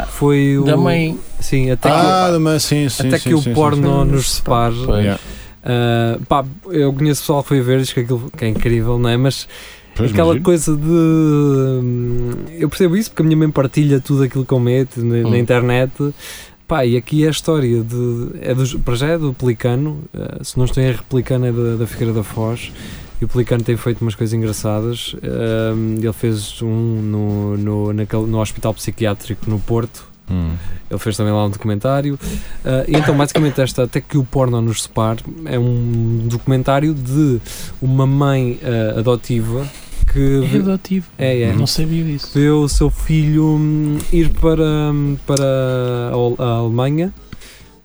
Speaker 2: Foi o.
Speaker 3: Também.
Speaker 2: Sim, até
Speaker 4: Ah,
Speaker 2: que,
Speaker 4: mas sim, sim.
Speaker 2: até
Speaker 4: sim,
Speaker 2: que
Speaker 4: sim,
Speaker 2: o
Speaker 4: sim,
Speaker 2: porno
Speaker 7: sim.
Speaker 2: nos separe.
Speaker 3: Pois.
Speaker 4: Yeah.
Speaker 2: Eh, pá, eu conheço pessoal que foi ver, diz que aquilo que é incrível, não é? Mas
Speaker 4: Pois,
Speaker 2: Aquela
Speaker 4: imagino.
Speaker 2: coisa de. hum, Eu percebo isso porque a minha mãe partilha tudo aquilo que eu meto na, na
Speaker 3: Hum.
Speaker 2: internet. Pá, e aqui é a história de. É dos, para já é do Pelicano, eh, se não estou em erro, Pelicano é da, da Figueira da Foz. E o Pelicano tem feito umas coisas engraçadas. Hum, ele fez um no, no, naquele- no Hospital Psiquiátrico no Porto.
Speaker 4: Hum.
Speaker 2: Ele fez também lá um documentário. Ah, e então, basicamente, esta Até que o Porno nos separe é um documentário de uma mãe ah, adotiva que
Speaker 3: É
Speaker 2: vê-
Speaker 3: adotivo.
Speaker 2: é, é,
Speaker 3: Não sabia disso.
Speaker 2: vê o seu filho hum, ir para, hum, para a Al- a Alemanha.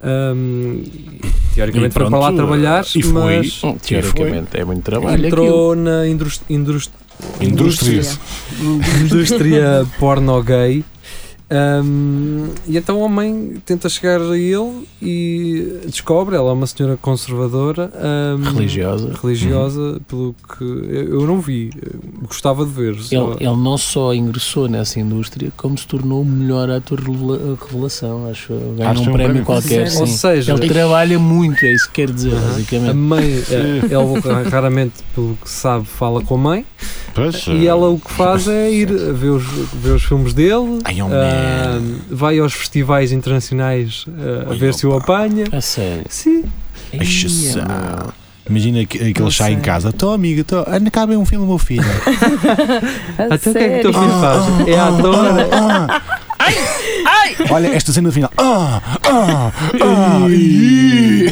Speaker 2: Hum, teoricamente
Speaker 4: E
Speaker 2: foi para lá
Speaker 4: pronto,
Speaker 2: trabalhar,
Speaker 4: e foi.
Speaker 2: mas
Speaker 3: Hum, Teoricamente é muito trabalho. aquilo.
Speaker 2: entrou na indus- indus-
Speaker 4: Indústria.
Speaker 2: Um indústria porno gay. Um, e então a mãe tenta chegar a ele e descobre, ela é uma senhora conservadora um,
Speaker 3: Religiosa. Uhum.
Speaker 2: religiosa, pelo que eu eu não vi, eu gostava de ver. só-
Speaker 3: Ele, ele não só ingressou nessa indústria, como se tornou o melhor ator revela- revelação, acho eu. Ganhou
Speaker 4: Acho
Speaker 3: um
Speaker 4: que é um
Speaker 3: prémio
Speaker 4: prémio.
Speaker 3: qualquer,
Speaker 7: Sério?
Speaker 2: Ou
Speaker 3: sim.
Speaker 2: seja,
Speaker 3: Ele trabalha muito, é isso que quer dizer,
Speaker 2: Aham. a
Speaker 3: basicamente.
Speaker 2: mãe, eh, ele raramente, pelo que sabe, fala com a mãe
Speaker 4: Pois,
Speaker 2: e
Speaker 4: eh,
Speaker 2: ela o que faz é ir ver os, ver os filmes dele.
Speaker 3: é
Speaker 4: Ai, oh,
Speaker 3: um
Speaker 2: ah,
Speaker 4: man.
Speaker 2: vai aos festivais internacionais ah, a
Speaker 4: Ai,
Speaker 2: ver se o apanha.
Speaker 3: A sério.
Speaker 2: Sim,
Speaker 4: Ai, chassá.
Speaker 3: meu.
Speaker 4: Imagina que, que
Speaker 7: Não
Speaker 4: ele sai em
Speaker 7: sei.
Speaker 4: casa. Tô amiga, tô. Anda cá ver um filme, meu filho.
Speaker 7: A
Speaker 2: Até o que é que o teu
Speaker 7: sério?
Speaker 2: filho faz? É ator.
Speaker 4: Ai! Ai! Olha, esta cena do final. Ah! Ah! Ah! ih.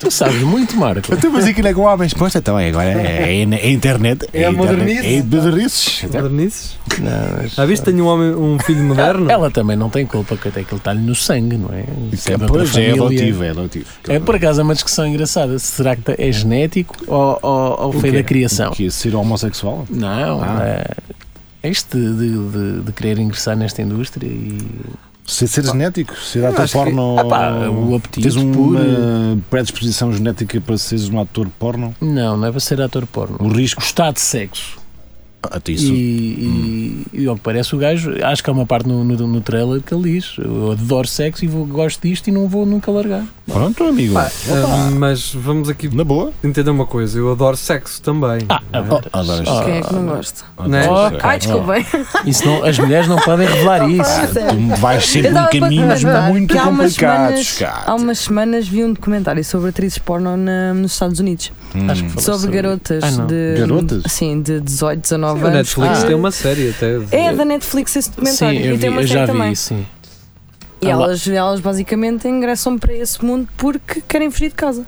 Speaker 3: Tu sabes muito, Marco.
Speaker 6: Então, mas aquilo é com homens. Pois, então, é agora é, é, é internet.
Speaker 2: É
Speaker 6: internet,
Speaker 2: modernice.
Speaker 6: É modernices.
Speaker 2: Modernices.
Speaker 3: Não, mas-
Speaker 2: Já viste? Tenho um, homem, um filho moderno.
Speaker 3: Ela também não tem culpa, é que até aquilo está-lhe no sangue, não é? Isso da
Speaker 4: Pois, é
Speaker 3: família.
Speaker 4: adotivo, é adotivo.
Speaker 3: É por acaso é uma discussão engraçada. Será que é genético ou, ou, ou foi
Speaker 4: quê?
Speaker 3: da criação?
Speaker 4: Que é ser homossexual?
Speaker 3: Não,
Speaker 4: Ah.
Speaker 3: é- este de, de, de querer ingressar nesta indústria e
Speaker 4: Ser, ser genético? Ser
Speaker 2: acho
Speaker 4: ator
Speaker 2: que-
Speaker 4: porno?
Speaker 3: Ah pá, o apetite
Speaker 4: Tens
Speaker 3: por-
Speaker 4: uma predisposição genética para seres um ator porno?
Speaker 3: não, não é para ser ator
Speaker 4: O
Speaker 3: porno.
Speaker 4: risco
Speaker 3: Gostar de sexo.
Speaker 4: até
Speaker 3: E,
Speaker 4: isso.
Speaker 3: e, e ao que parece o gajo, acho que há uma parte no, no, no trailer que ele diz: Eu adoro sexo e vou, gosto disto e não vou nunca largar.
Speaker 4: Pronto, amigo.
Speaker 2: Ah, mas vamos aqui
Speaker 4: Na boa.
Speaker 2: entender uma coisa. Eu adoro sexo também.
Speaker 3: Ah, a ver.
Speaker 4: Oh, adoras.
Speaker 3: Ah, né?
Speaker 7: Quem é que não gosta?
Speaker 2: Não é?
Speaker 4: Adoras.
Speaker 3: Ok.
Speaker 7: Ai, desculpem.
Speaker 3: oh, Isso não, as mulheres não podem revelar
Speaker 7: Ah,
Speaker 3: isso.
Speaker 7: sério.
Speaker 4: Tu vais sempre
Speaker 7: Eu
Speaker 4: em
Speaker 7: tava-
Speaker 4: caminhos
Speaker 7: mas-
Speaker 4: muito
Speaker 7: que há umas
Speaker 4: complicados,
Speaker 7: semanas-
Speaker 4: cara.
Speaker 7: Há umas semanas vi um documentário sobre atrizes porno na- nos Estados Unidos.
Speaker 3: Acho que
Speaker 4: Hum.
Speaker 3: falou
Speaker 7: Sobre garotas
Speaker 3: Ah, não.
Speaker 7: de.
Speaker 4: Garotas?
Speaker 7: Sim, de 18, 19
Speaker 2: A
Speaker 7: anos.
Speaker 2: Netflix
Speaker 3: Ah.
Speaker 2: tem uma série até. de-
Speaker 7: É da Netflix esse
Speaker 3: Sim,
Speaker 7: documentário.
Speaker 3: eu,
Speaker 7: e
Speaker 3: vi,
Speaker 7: tem uma
Speaker 3: eu já
Speaker 7: série
Speaker 3: vi
Speaker 7: também.
Speaker 3: isso. Sim.
Speaker 7: E
Speaker 3: Ah, lá.
Speaker 7: elas, elas basicamente ingressam para esse mundo porque querem fugir de casa.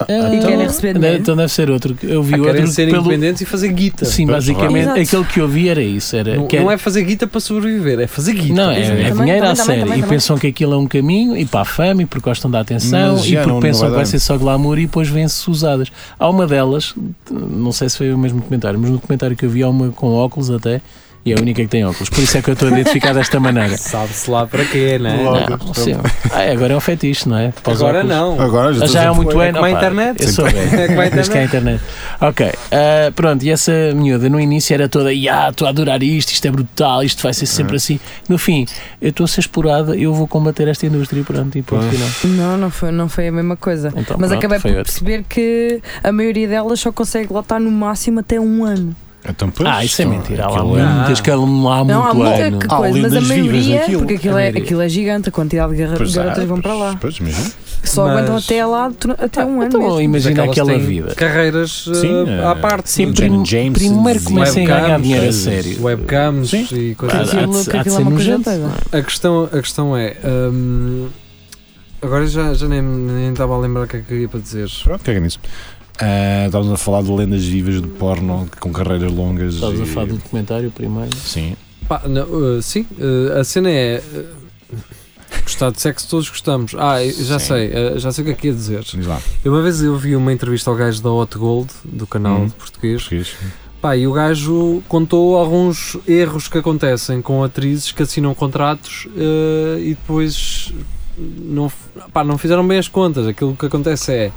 Speaker 3: Ah,
Speaker 7: E querem
Speaker 3: então,
Speaker 7: receber
Speaker 3: deve-
Speaker 7: dinheiro.
Speaker 3: então deve ser outro. que- Eu vi
Speaker 2: Ah,
Speaker 3: outro
Speaker 2: querem ser
Speaker 3: pelo.
Speaker 2: independentes e fazer guita.
Speaker 3: Sim, basicamente,
Speaker 7: Exato.
Speaker 3: aquele que eu vi era isso. Era,
Speaker 2: Não,
Speaker 3: quer-
Speaker 2: não é fazer guita para sobreviver, é fazer guita.
Speaker 3: Não, é, é
Speaker 7: Também,
Speaker 3: dinheiro à
Speaker 7: também, também,
Speaker 3: série.
Speaker 7: também,
Speaker 3: e
Speaker 7: também.
Speaker 3: pensam que aquilo é um caminho e para a fama e porque gostam da atenção
Speaker 6: Mas
Speaker 3: e
Speaker 6: já
Speaker 3: porque
Speaker 6: não-
Speaker 3: pensam
Speaker 6: não vai
Speaker 3: que vai
Speaker 6: dar.
Speaker 3: ser só glamour e depois vêm-se usadas. Há uma delas, não sei se foi o mesmo comentário, mas no comentário que eu vi há uma com óculos até e é a única que tem óculos. Por isso é que eu estou a identificar desta maneira. é-
Speaker 2: Sabe-se lá para quê, né?
Speaker 6: Logo.
Speaker 3: Não, sim. Ah, agora é um fetiche, não é? Para os
Speaker 2: Agora
Speaker 3: óculos.
Speaker 2: não.
Speaker 6: Agora
Speaker 3: Ah, Já é muito
Speaker 2: É
Speaker 3: bem.
Speaker 2: como a internet.
Speaker 3: Eu sou bem.
Speaker 2: É como a
Speaker 3: Desde que há
Speaker 2: internet.
Speaker 3: internet. Ok, ah, pronto, e essa miúda no início era toda, "Ya, estou a adorar isto, isto é brutal, isto vai ser sempre assim. No fim, eu estou a ser explorada, eu vou combater esta indústria, pronto, e ponto
Speaker 6: Ah.
Speaker 3: final.
Speaker 7: Não, não foi, não foi a mesma coisa.
Speaker 3: Então,
Speaker 7: Mas
Speaker 3: Hum. pronto,
Speaker 7: acabei por
Speaker 3: foi outro.
Speaker 7: perceber que a maioria delas só consegue lá estar no máximo até um ano.
Speaker 4: Então, pois,
Speaker 3: Ah, isso é
Speaker 4: então,
Speaker 3: mentira, há lá
Speaker 4: aquilo é-
Speaker 2: muito.
Speaker 3: muitas que há lá
Speaker 7: Não, há
Speaker 3: muito
Speaker 7: muita
Speaker 3: ano.
Speaker 7: que
Speaker 6: Há
Speaker 7: coisa, mas a
Speaker 6: lendas vivas
Speaker 7: maioria,
Speaker 6: naquilo.
Speaker 7: porque aquilo
Speaker 2: A
Speaker 7: é,
Speaker 2: maioria.
Speaker 7: aquilo é gigante, a quantidade de garra-
Speaker 6: Pois
Speaker 4: é.
Speaker 6: há,
Speaker 7: garotas vão
Speaker 6: pois-
Speaker 7: para lá.
Speaker 6: Pois, imagina.
Speaker 7: Só
Speaker 2: Mas- Ah,
Speaker 7: aguentam até lá tu- até um ano.
Speaker 3: Então
Speaker 7: mesmo.
Speaker 3: imagina
Speaker 2: Mas
Speaker 3: aquela
Speaker 2: elas têm
Speaker 3: vida.
Speaker 2: Carreiras eh,
Speaker 4: Sim, é.
Speaker 2: à parte.
Speaker 3: Sim,
Speaker 2: de-
Speaker 4: Jane
Speaker 3: prim-
Speaker 4: James,
Speaker 3: primeiro comecem a
Speaker 2: webcams,
Speaker 3: ganhar dinheiro a
Speaker 2: coisas, assim.
Speaker 3: sério.
Speaker 2: Webcams
Speaker 4: Sim.
Speaker 2: e
Speaker 3: Há-
Speaker 7: Aquilo-
Speaker 3: há
Speaker 2: coisas assim.
Speaker 3: de- há de
Speaker 7: aquilo é
Speaker 3: ser
Speaker 7: uma coisa
Speaker 3: nojento.
Speaker 7: inteira.
Speaker 2: A questão, a questão é. hum, agora já, já nem, nem estava a lembrar o que é que eu ia para dizer.
Speaker 4: Pronto, caga é nisso. Ah, estávamos a falar de lendas vivas do porno com carreiras longas.
Speaker 3: Estavas a
Speaker 4: e-
Speaker 3: falar do documentário primeiro.
Speaker 4: Sim.
Speaker 2: Pá, não, eh, sim, eh, a cena é. eh, gostar de sexo todos gostamos. Ah, eu já
Speaker 4: Sim.
Speaker 2: sei, eh, já sei o que é que ia dizer.
Speaker 4: Diz lá,
Speaker 2: Eu uma vez eu vi uma entrevista ao gajo da Hot Gold, do canal
Speaker 4: Hum.
Speaker 2: de português,
Speaker 4: português.
Speaker 2: Pá, e o gajo contou alguns erros que acontecem com atrizes que assinam contratos eh, e depois não, f- pá, não fizeram bem as contas. Aquilo que acontece é.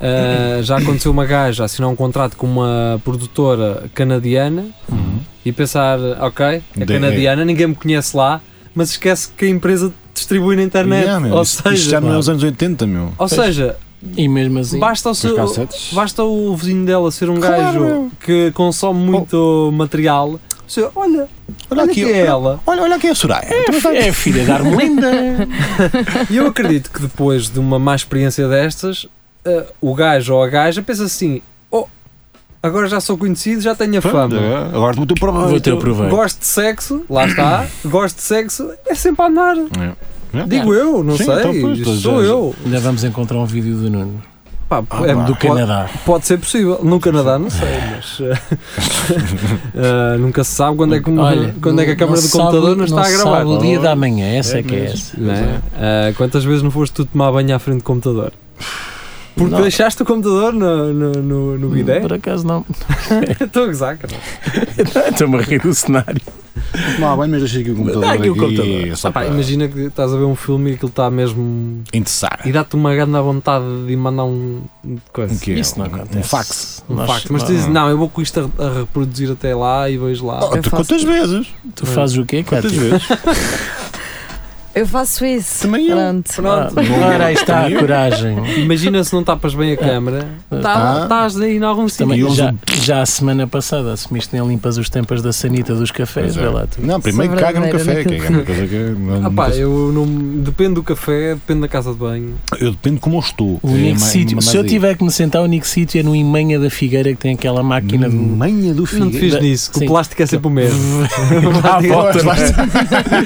Speaker 2: eh, já aconteceu uma gaja assinar um contrato com uma produtora canadiana
Speaker 4: Uhum.
Speaker 2: e pensar, ok, é
Speaker 4: De-
Speaker 2: canadiana, ninguém me conhece lá, mas esquece que a empresa distribui na internet.
Speaker 4: Yeah, meu,
Speaker 2: ou,
Speaker 4: isto,
Speaker 2: seja,
Speaker 4: isto já não é os anos 80, meu.
Speaker 2: ou seja,
Speaker 3: E mesmo assim.
Speaker 2: basta o
Speaker 4: Os
Speaker 2: seu,
Speaker 4: cassetes.
Speaker 2: Basta o vizinho dela ser um
Speaker 4: Claro,
Speaker 2: gajo
Speaker 4: meu.
Speaker 2: que consome muito material. Você, olha, olha,
Speaker 6: Olha aqui,
Speaker 2: que é ela.
Speaker 6: olha, olha aqui a Soraya.
Speaker 3: É a filha da Armelinda.
Speaker 2: E eu acredito que depois de uma má experiência destas, eh, o gajo ou a gaja pensa assim: oh, agora já sou conhecido, já tenho a
Speaker 4: Pronto,
Speaker 2: fama.
Speaker 4: é, Agora vou ter o problema.
Speaker 3: Vou ter um- o proveito.
Speaker 2: Gosto de sexo, lá está, gosto de sexo, é sempre a andar.
Speaker 4: É.
Speaker 2: Digo eu, não
Speaker 4: Sim,
Speaker 2: sei,
Speaker 4: então, pois,
Speaker 2: isto
Speaker 4: já-
Speaker 2: sou
Speaker 4: já-
Speaker 2: eu.
Speaker 3: Ainda vamos encontrar um vídeo do Nuno.
Speaker 2: Pá, é-
Speaker 4: Ah, pá.
Speaker 3: Do
Speaker 2: pode-
Speaker 3: Canadá.
Speaker 2: Pode ser possível. No Canadá, não sei, mas. eh, eh, nunca se sabe quando é que,
Speaker 3: Olha,
Speaker 2: quando é que a
Speaker 3: não-
Speaker 2: câmara
Speaker 3: não
Speaker 2: do
Speaker 3: sabe-
Speaker 2: computador não está a gravar.
Speaker 3: Sabe o dia da manhã, essa é que é
Speaker 4: mesmo.
Speaker 3: essa.
Speaker 2: não é? Ah, quantas vezes não foste tu tomar banho à frente do computador? Porque
Speaker 3: Não. Hum,
Speaker 2: deixaste o computador no, no, no, no bidé?
Speaker 3: Por acaso não.
Speaker 2: Estou a gozar, cara.
Speaker 3: Estou-me a rir do cenário.
Speaker 6: Não, bem, mas deixei aqui o computador.
Speaker 3: Dá aqui o
Speaker 6: computador.
Speaker 4: Só
Speaker 2: Ah, pá,
Speaker 4: para
Speaker 2: imagina que estás a ver um filme e aquilo está mesmo.
Speaker 4: interessar.
Speaker 2: e dá-te uma grande vontade de mandar um. de coisa.
Speaker 4: O quê?
Speaker 3: Isso não
Speaker 4: Um-
Speaker 3: acontece.
Speaker 4: Um fax.
Speaker 2: Um
Speaker 3: Nós-
Speaker 2: facto. Mas tu
Speaker 3: não,
Speaker 2: dizes, não, eu vou com isto a, a reproduzir até lá e vejo lá.
Speaker 6: Oh,
Speaker 7: Eu
Speaker 6: tu
Speaker 7: faço-
Speaker 6: quantas vezes?
Speaker 3: Tu fazes o quê,
Speaker 6: Quantas
Speaker 3: Cátia?
Speaker 6: vezes?
Speaker 7: Eu faço isso.
Speaker 6: Também eu.
Speaker 7: Pronto.
Speaker 3: Ah,
Speaker 2: Pronto.
Speaker 3: Ora, aí está a coragem.
Speaker 2: Imagina se não tapas bem a câmara.
Speaker 4: Tá.
Speaker 6: Ah.
Speaker 2: Estás aí em algum sítio.
Speaker 3: Também,
Speaker 6: eu
Speaker 3: já,
Speaker 6: uso-
Speaker 3: já a semana passada assumiste nem limpas os tampas da sanita dos cafés,
Speaker 4: Pois é.
Speaker 3: vê lá tu.
Speaker 4: Não, primeiro
Speaker 7: Sou
Speaker 4: caga no café.
Speaker 7: verdadeira
Speaker 4: Que é uma coisa que eu, não-
Speaker 2: Ah, pá,
Speaker 4: nunca-
Speaker 2: eu não. Depende do café, depende da casa de banho.
Speaker 4: eu dependo como eu estou.
Speaker 3: O
Speaker 4: É
Speaker 3: único
Speaker 4: mais-
Speaker 3: sítio,
Speaker 4: mais
Speaker 3: se eu
Speaker 4: aí.
Speaker 3: tiver que me sentar, o único sítio é no Imanha da Figueira que tem aquela máquina de.
Speaker 6: Manha do filho.
Speaker 2: Não te fiz nisso, que
Speaker 3: Sim.
Speaker 2: o plástico é sempre o mesmo. é
Speaker 3: Dá a volta.
Speaker 4: é?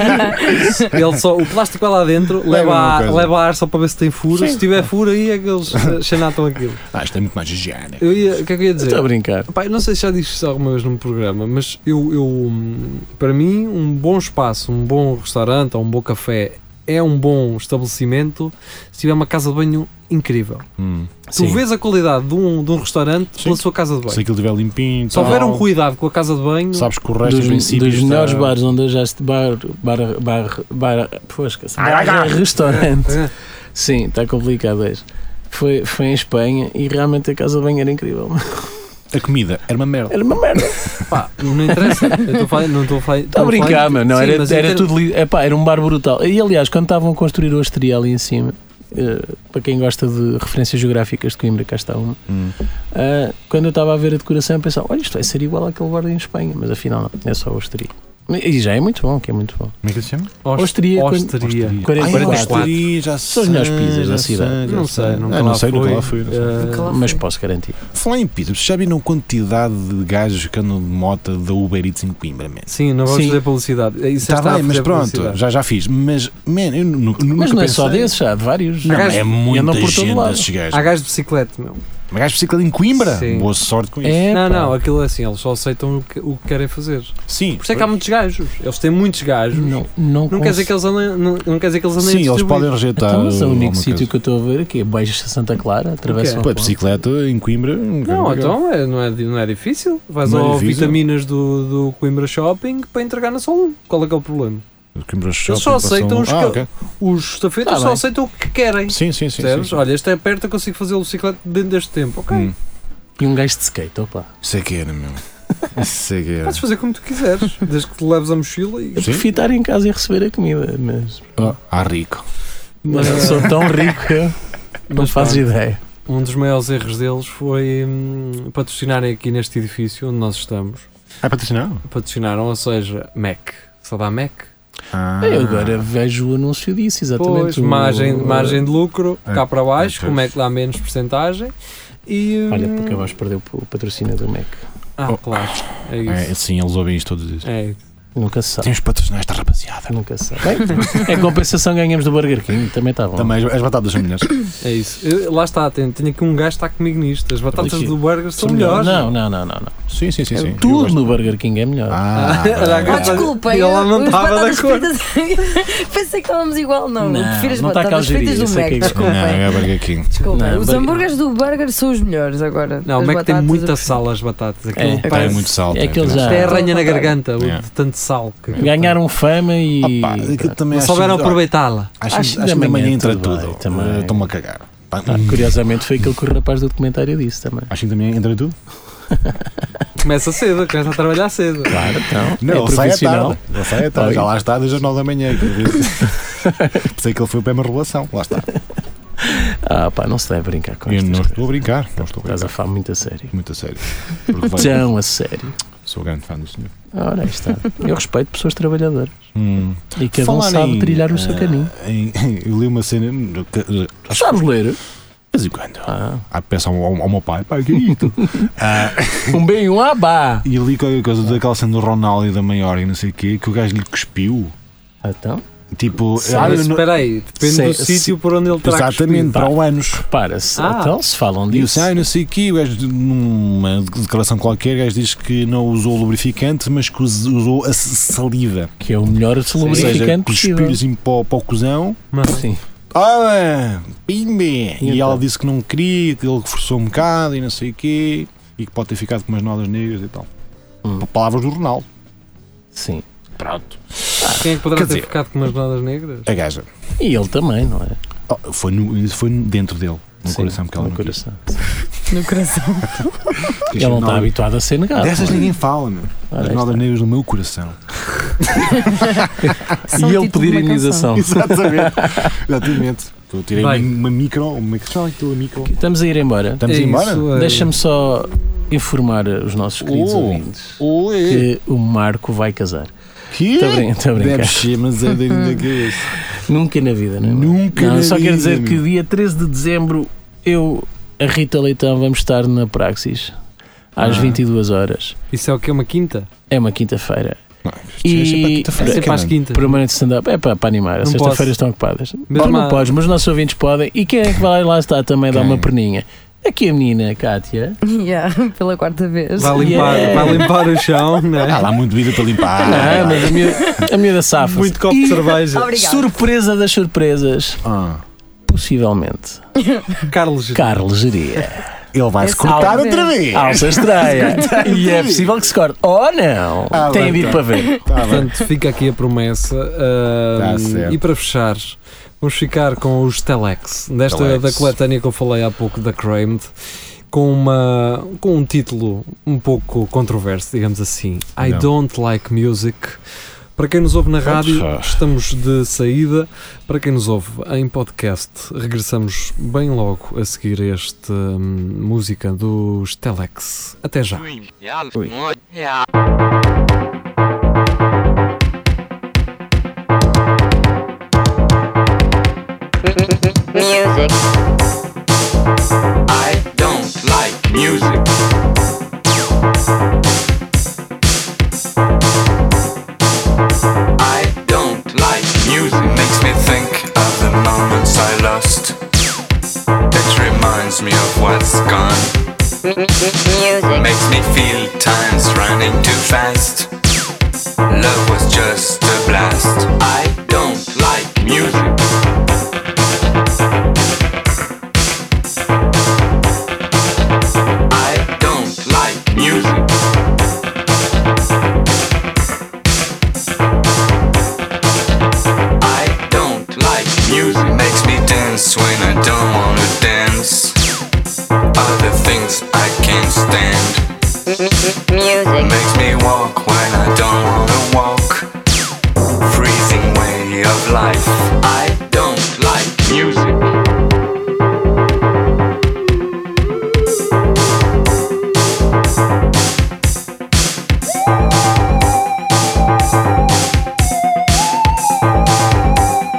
Speaker 2: Ele só, o plástico vai lá dentro, leva,
Speaker 4: uma
Speaker 2: a-
Speaker 4: coisa.
Speaker 2: leva ar só para ver se tem furo.
Speaker 4: Sim.
Speaker 2: Se tiver furo, aí é que eles eh, chanatam aquilo.
Speaker 4: Ah, isto é muito mais higiene.
Speaker 2: Eu ia, o que é que eu ia
Speaker 3: Estou a
Speaker 2: dizer?
Speaker 3: brincar.
Speaker 2: Pá, eu não sei se já disse isso alguma vez num programa, mas eu, eu, hum, para mim, um bom espaço, um bom restaurante ou um bom café é um bom estabelecimento se tiver uma casa de banho incrível.
Speaker 4: Hum.
Speaker 2: Tu vês a qualidade de um, de um restaurante pela sua casa de
Speaker 4: Se
Speaker 2: banho.
Speaker 4: aquilo estiver limpinho,
Speaker 2: Se houver
Speaker 4: tal,
Speaker 2: um cuidado com a casa de banho,
Speaker 4: sabes que o resto
Speaker 3: dos,
Speaker 4: em princípio tá-
Speaker 3: dos
Speaker 4: está-
Speaker 3: melhores bares onde eu já estive bar, bar, bar, bar, fosca,
Speaker 6: Ai, ai, ai.
Speaker 3: restaurante.
Speaker 2: É.
Speaker 3: Sim, está complicado hoje. Foi, foi em Espanha e realmente a casa de banho era incrível.
Speaker 4: A comida era uma merda.
Speaker 3: Era uma merda.
Speaker 2: Pá, não interessa. Eu tô falando- não estou a falar.
Speaker 4: Tá
Speaker 3: Estou a brincar, mano. Não, era,
Speaker 2: mas em
Speaker 3: era
Speaker 2: termos-
Speaker 3: tudo. li- Epá, era um bar brutal. E aliás, quando estavam a construir o Astria ali em cima, eh, para quem gosta de referências geográficas de Coimbra, cá está uma.
Speaker 4: Hum.
Speaker 3: eh, Ah, quando eu estava a ver a decoração, eu pensava: olha, isto vai ser igual àquele bar em Espanha, mas afinal não, é só o Astria. E já é muito bom, que é muito bom.
Speaker 4: Como é que se chama?
Speaker 2: Os-
Speaker 3: Ostria, quando-
Speaker 2: Ostria.
Speaker 3: 44.
Speaker 4: já
Speaker 3: é São as melhores pizzas da cidade.
Speaker 2: Não sei, nunca
Speaker 4: Ah,
Speaker 2: lá
Speaker 4: não sei,
Speaker 2: fui.
Speaker 4: nunca lá fui. não sei.
Speaker 2: Eh,
Speaker 3: Mas posso garantir.
Speaker 4: Falar em pizza, vocês já viram a quantidade de gajos que andam de moto da Uber Eats em Coimbra, man?
Speaker 2: Sim, não vamos
Speaker 3: Sim.
Speaker 2: fazer publicidade. Isso é
Speaker 4: Está
Speaker 2: estar a
Speaker 4: Tá bem, mas
Speaker 2: fazer
Speaker 4: pronto,
Speaker 2: publicidade.
Speaker 4: já, já fiz. Mas, man, eu nu- nunca
Speaker 3: Mas não é
Speaker 4: pensei.
Speaker 3: só desses, há de vários.
Speaker 4: Não,
Speaker 2: Há gajos-
Speaker 4: é muita
Speaker 3: andam por todo
Speaker 4: gente
Speaker 3: lado.
Speaker 4: desses gajos.
Speaker 2: Há gajos de bicicleta, meu.
Speaker 4: Mas gajos de bicicleta em Coimbra?
Speaker 2: Sim.
Speaker 4: Boa sorte com isso.
Speaker 3: É,
Speaker 2: não,
Speaker 3: pá.
Speaker 2: não, aquilo é assim, eles só aceitam o que, o que querem fazer.
Speaker 4: Sim.
Speaker 2: Por isso é que há muitos gajos. Eles têm muitos gajos.
Speaker 3: Não, não,
Speaker 2: Não quer dizer que eles andem, não, não quer dizer que eles andem a
Speaker 4: Sim, eles
Speaker 2: distribuir.
Speaker 4: podem rejeitar.
Speaker 3: Então, mas é o
Speaker 4: alguma
Speaker 3: único
Speaker 4: coisa.
Speaker 3: sítio que eu estou a ver aqui é Beijas de Santa Clara,
Speaker 2: O
Speaker 3: atravessa a
Speaker 2: quê?
Speaker 4: Pô,
Speaker 3: ponte.
Speaker 4: bicicleta em Coimbra. um
Speaker 2: Não,
Speaker 4: grande lugar.
Speaker 2: então é, não, é, di- não é difícil. Vais
Speaker 4: Não é
Speaker 2: ao
Speaker 4: difícil.
Speaker 2: vitaminas do, do Coimbra Shopping para entregar na só um. Qual é que é o problema?
Speaker 4: O Coimbra Shopping
Speaker 2: só
Speaker 4: passou
Speaker 2: aceitam os
Speaker 4: Ah,
Speaker 2: que-
Speaker 4: ok.
Speaker 2: Os estafetas
Speaker 3: Tá
Speaker 2: só
Speaker 3: bem.
Speaker 2: aceitam o que querem.
Speaker 4: Sim, sim, sim. sim,
Speaker 2: Percebes?
Speaker 4: sim.
Speaker 2: Olha, este é perto, eu consigo fazer o bicicleta dentro deste tempo. Ok.
Speaker 4: Hum.
Speaker 3: E um gajo de skate, opa.
Speaker 4: Isso é que era, meu. Isso é que era.
Speaker 2: Podes fazer como tu quiseres, desde que te leves a mochila e.
Speaker 3: Eu
Speaker 4: Sim.
Speaker 3: prefiro estar em casa e receber a comida, mas
Speaker 4: Ah, ah, rico.
Speaker 3: mas não sou tão rico que eu não
Speaker 2: Mas
Speaker 3: fazes
Speaker 2: pronto.
Speaker 3: ideia.
Speaker 2: Um dos maiores erros deles foi hum, patrocinarem aqui neste edifício onde nós estamos.
Speaker 4: Ah, patrocinar?
Speaker 2: Patrocinaram, ou seja, Mac. Só dá Mac.
Speaker 4: Ah,
Speaker 3: Eu agora vejo o anúncio disso, exatamente.
Speaker 2: Pois,
Speaker 3: o-
Speaker 2: margem, margem de lucro
Speaker 4: É,
Speaker 2: cá para baixo,
Speaker 4: é,
Speaker 2: como é
Speaker 4: pois.
Speaker 2: que dá menos porcentagem. E,
Speaker 3: Olha,
Speaker 2: hum,
Speaker 3: porque acabaste de perder o patrocínio do Mac.
Speaker 2: Ah,
Speaker 4: Oh.
Speaker 2: claro. É
Speaker 4: É,
Speaker 2: isso.
Speaker 4: sim, eles ouvem isto todos isso.
Speaker 2: É.
Speaker 3: Nunca se sabe.
Speaker 4: Temos que patrocinar esta rapaziada.
Speaker 3: Nunca se sabe. Bem, em compensação ganhamos do Burger King, também está bom.
Speaker 4: Também as, as batatas são melhores.
Speaker 2: É isso. Eu- lá está, tenho, tenho aqui um gajo que está comigo nisto. As batatas
Speaker 3: Aqui.
Speaker 2: do burger são
Speaker 3: São
Speaker 2: melhores.
Speaker 3: Não, não, não, não. não.
Speaker 4: Sim, sim, sim. sim. Eu
Speaker 3: Tudo
Speaker 4: gosto.
Speaker 3: no Burger King é melhor.
Speaker 4: Ah,
Speaker 2: Olha,
Speaker 7: Oh,
Speaker 2: agora-
Speaker 7: desculpa,
Speaker 2: E
Speaker 7: eu,
Speaker 2: ela não
Speaker 7: os
Speaker 2: estava de
Speaker 7: batatas
Speaker 2: acordo. tá
Speaker 7: fritas- Pensei que estávamos igual, não.
Speaker 3: Não,
Speaker 7: eu prefiro as
Speaker 3: não está cá
Speaker 7: batatas
Speaker 3: o Jiri,
Speaker 7: fritas
Speaker 3: eu
Speaker 7: do
Speaker 3: sei
Speaker 7: Mac,
Speaker 3: que é que-
Speaker 4: não,
Speaker 7: desculpa.
Speaker 4: é Burger King.
Speaker 7: Desculpa.
Speaker 3: Não,
Speaker 7: Os
Speaker 3: bur-
Speaker 7: hambúrgueres do burger são os melhores agora.
Speaker 2: Não,
Speaker 7: As
Speaker 2: o Mac tem
Speaker 7: batatas-
Speaker 2: muita sal as batatas. Aquilo
Speaker 3: É.
Speaker 4: Tem
Speaker 2: parece
Speaker 4: muito salto.
Speaker 3: é que eles já-
Speaker 2: até
Speaker 7: Ah.
Speaker 2: arranha na
Speaker 7: Estou a contar.
Speaker 2: garganta o
Speaker 4: É.
Speaker 2: de tanto sal. Que aquilo
Speaker 3: Ganharam um fama e.
Speaker 4: Aquilo
Speaker 2: tem.
Speaker 4: também
Speaker 2: Não
Speaker 4: acho-
Speaker 2: souberam
Speaker 4: olha,
Speaker 2: aproveitá-la.
Speaker 3: Acho
Speaker 4: Acho, acho,
Speaker 3: que
Speaker 4: que
Speaker 3: da
Speaker 4: da manhã
Speaker 3: manhã
Speaker 4: entra
Speaker 3: tudo
Speaker 4: tudo.
Speaker 3: bem, também.
Speaker 4: Eh, Estou-me a cagar. Pá,
Speaker 3: Ah, curiosamente foi aquilo que o rapaz do documentário disse também.
Speaker 4: Acho que da manhã entra tudo.
Speaker 2: Começa cedo, começa a trabalhar cedo.
Speaker 3: Claro, então.
Speaker 4: Não,
Speaker 3: é
Speaker 4: ele sai à
Speaker 3: profissional.
Speaker 4: tarde. Ele sai à tarde. Já lá está desde as 9 da manhã. Pensei que ele foi para uma revelação. Lá está.
Speaker 3: Ah, pá, não se deve brincar com
Speaker 4: Eu
Speaker 3: isto.
Speaker 4: não estou a brincar. Não estou a
Speaker 3: Estás a
Speaker 4: brincar.
Speaker 3: falar muito a sério.
Speaker 4: Muito a sério. Porque vai-
Speaker 3: Tão a sério.
Speaker 4: Sou grande fã do senhor.
Speaker 3: Ora, aí está. Eu respeito pessoas trabalhadoras.
Speaker 4: Hum.
Speaker 3: E cada um
Speaker 4: Falar
Speaker 3: sabe
Speaker 4: em,
Speaker 3: trilhar o
Speaker 4: eh,
Speaker 3: seu caminho.
Speaker 4: em- eu li uma cena. no que- eh,
Speaker 3: Tu sabes ler?
Speaker 4: De vez em quando.
Speaker 3: Ah.
Speaker 4: Ah, peço ao, ao, ao meu pai, pai, que é isto? Ah,
Speaker 3: Um bem e um abá.
Speaker 4: e li qualquer coisa daquela cena do Ronaldo e da Maior e não sei o quê, que o gajo lhe cuspiu.
Speaker 3: Então,
Speaker 4: Tipo,
Speaker 3: Sim.
Speaker 4: ah,
Speaker 2: Mas
Speaker 4: eu não-
Speaker 2: Espera aí, depende
Speaker 3: Sei-
Speaker 2: do
Speaker 3: se-
Speaker 2: sítio por onde ele traz.
Speaker 4: exatamente, para o anos.
Speaker 3: para-se.
Speaker 2: Ah.
Speaker 3: Então, se falam
Speaker 4: E o assim,
Speaker 3: disso.
Speaker 4: ah, eu não sei o quê, o gajo, numa declaração qualquer, o gajo diz que não usou lubrificante, mas que us- usou a saliva.
Speaker 3: Que é o melhor
Speaker 4: Ou seja,
Speaker 3: lubrificante
Speaker 4: cuspiu
Speaker 3: possível.
Speaker 4: assim para, o- para o cozão.
Speaker 3: Sim.
Speaker 4: Ah, pimbe!
Speaker 3: E
Speaker 4: E,
Speaker 3: então?
Speaker 4: ela disse que não queria, que ele forçou um bocado e não sei o quê, e que pode ter ficado com umas nodas negras e tal.
Speaker 3: Hum.
Speaker 4: Palavras do Ronaldo.
Speaker 3: Sim.
Speaker 4: Pronto.
Speaker 2: Quem é que poderá
Speaker 4: Quer
Speaker 2: ter
Speaker 4: dizer- é,
Speaker 2: ficado com umas nadas negras?
Speaker 4: A gaja.
Speaker 3: E ele também, não é?
Speaker 4: Oh, foi, no- isso foi no- dentro dele, no
Speaker 3: Sim,
Speaker 4: Um coração que ela
Speaker 3: no
Speaker 4: não quis.
Speaker 3: coração.
Speaker 7: No coração.
Speaker 3: Ele não está habituado a ser negado.
Speaker 4: Dessas
Speaker 3: não é?
Speaker 4: ninguém fala, meu.
Speaker 3: Ora,
Speaker 4: As
Speaker 3: aí
Speaker 4: nodas negras no meu coração.
Speaker 7: Só o
Speaker 3: E ele
Speaker 7: título
Speaker 3: pedir
Speaker 7: de uma
Speaker 3: indenização.
Speaker 4: Exatamente. Exatamente. Eu tirei
Speaker 2: Bem.
Speaker 4: uma micro, uma questão e tu a micro.
Speaker 3: Estamos a ir embora.
Speaker 4: Estamos
Speaker 2: É
Speaker 4: embora?
Speaker 2: isso, é-
Speaker 3: Deixa-me só informar os nossos queridos
Speaker 4: Oh.
Speaker 3: ouvintes
Speaker 4: Oi!
Speaker 3: que o Marco vai casar.
Speaker 4: Que?
Speaker 3: Estou a brin- estou a
Speaker 4: Deve
Speaker 3: brincar.
Speaker 4: ser, mas é da da cabeça.
Speaker 3: Nunca na vida, não é? Marco?
Speaker 4: Nunca
Speaker 3: Não,
Speaker 4: na
Speaker 3: só quero
Speaker 4: vida,
Speaker 3: dizer
Speaker 4: meu.
Speaker 3: que dia 13 de dezembro eu, a Rita Leitão, vamos estar na Praxis às
Speaker 4: Ah.
Speaker 3: 22 horas.
Speaker 2: Isso é o que? Uma quinta?
Speaker 3: É uma quinta-feira.
Speaker 4: Não,
Speaker 3: E-
Speaker 4: isto é para
Speaker 2: É
Speaker 4: quinta-feira,
Speaker 2: sempre às
Speaker 4: caralho.
Speaker 2: quintas.
Speaker 3: Permanente stand-up é para, para animar. As
Speaker 2: Não posso.
Speaker 3: sexta-feiras estão ocupadas.
Speaker 2: Mesmo
Speaker 3: tu não
Speaker 2: a-
Speaker 3: podes, mas os nossos ouvintes podem. E quem é que vai lá estar também dar
Speaker 4: Quem?
Speaker 3: uma perninha? Aqui a menina, Kátia.
Speaker 7: canção. Yeah, pela quarta vez.
Speaker 2: Vai limpar,
Speaker 3: Yeah.
Speaker 2: vai limpar o chão, né?
Speaker 4: é. Ah, lá há muito bebida para limpar.
Speaker 3: não, mas a miúda, a miúda safa.
Speaker 2: Muito copo de cerveja.
Speaker 7: Obrigada.
Speaker 3: Surpresa das surpresas,
Speaker 4: Ah,
Speaker 3: possivelmente.
Speaker 2: Carlos.
Speaker 3: Carlos Geria.
Speaker 4: ele vai se
Speaker 7: Essa
Speaker 4: cortar
Speaker 7: alma.
Speaker 4: Tá outra vez.
Speaker 3: Alça estreia. e é possível que se corte. Oh não!
Speaker 4: Ah,
Speaker 3: Tem de
Speaker 4: bem,
Speaker 3: ir
Speaker 4: tá.
Speaker 3: para ver.
Speaker 4: Tá bem.
Speaker 2: Portanto, fica aqui a promessa. ah,
Speaker 4: Tá certo.
Speaker 2: e para fechar, vamos ficar com os Telex, desta
Speaker 4: Telex.
Speaker 2: da coletânea que eu falei há pouco, da Cramed, com, uma, com um título um pouco controverso, digamos assim. I
Speaker 4: Não.
Speaker 2: Don't Like Music. Para quem nos ouve na rádio, estamos de saída. Para quem nos ouve em podcast, regressamos bem logo a seguir esta hum, música dos Telex. Até já.
Speaker 9: Ui. music.
Speaker 10: I don't like music. I don't like music. Makes me think of the moments I lost. It reminds me of what's gone.
Speaker 9: Music.
Speaker 10: Makes me feel time's running too fast. Love was just a blast. I don't like music. I don't like music. I don't like music. Makes me dance when I don't wanna dance. Other things I can't stand.
Speaker 9: Music.
Speaker 10: Makes me walk when I don't wanna walk. Freezing way of life. I don't like music.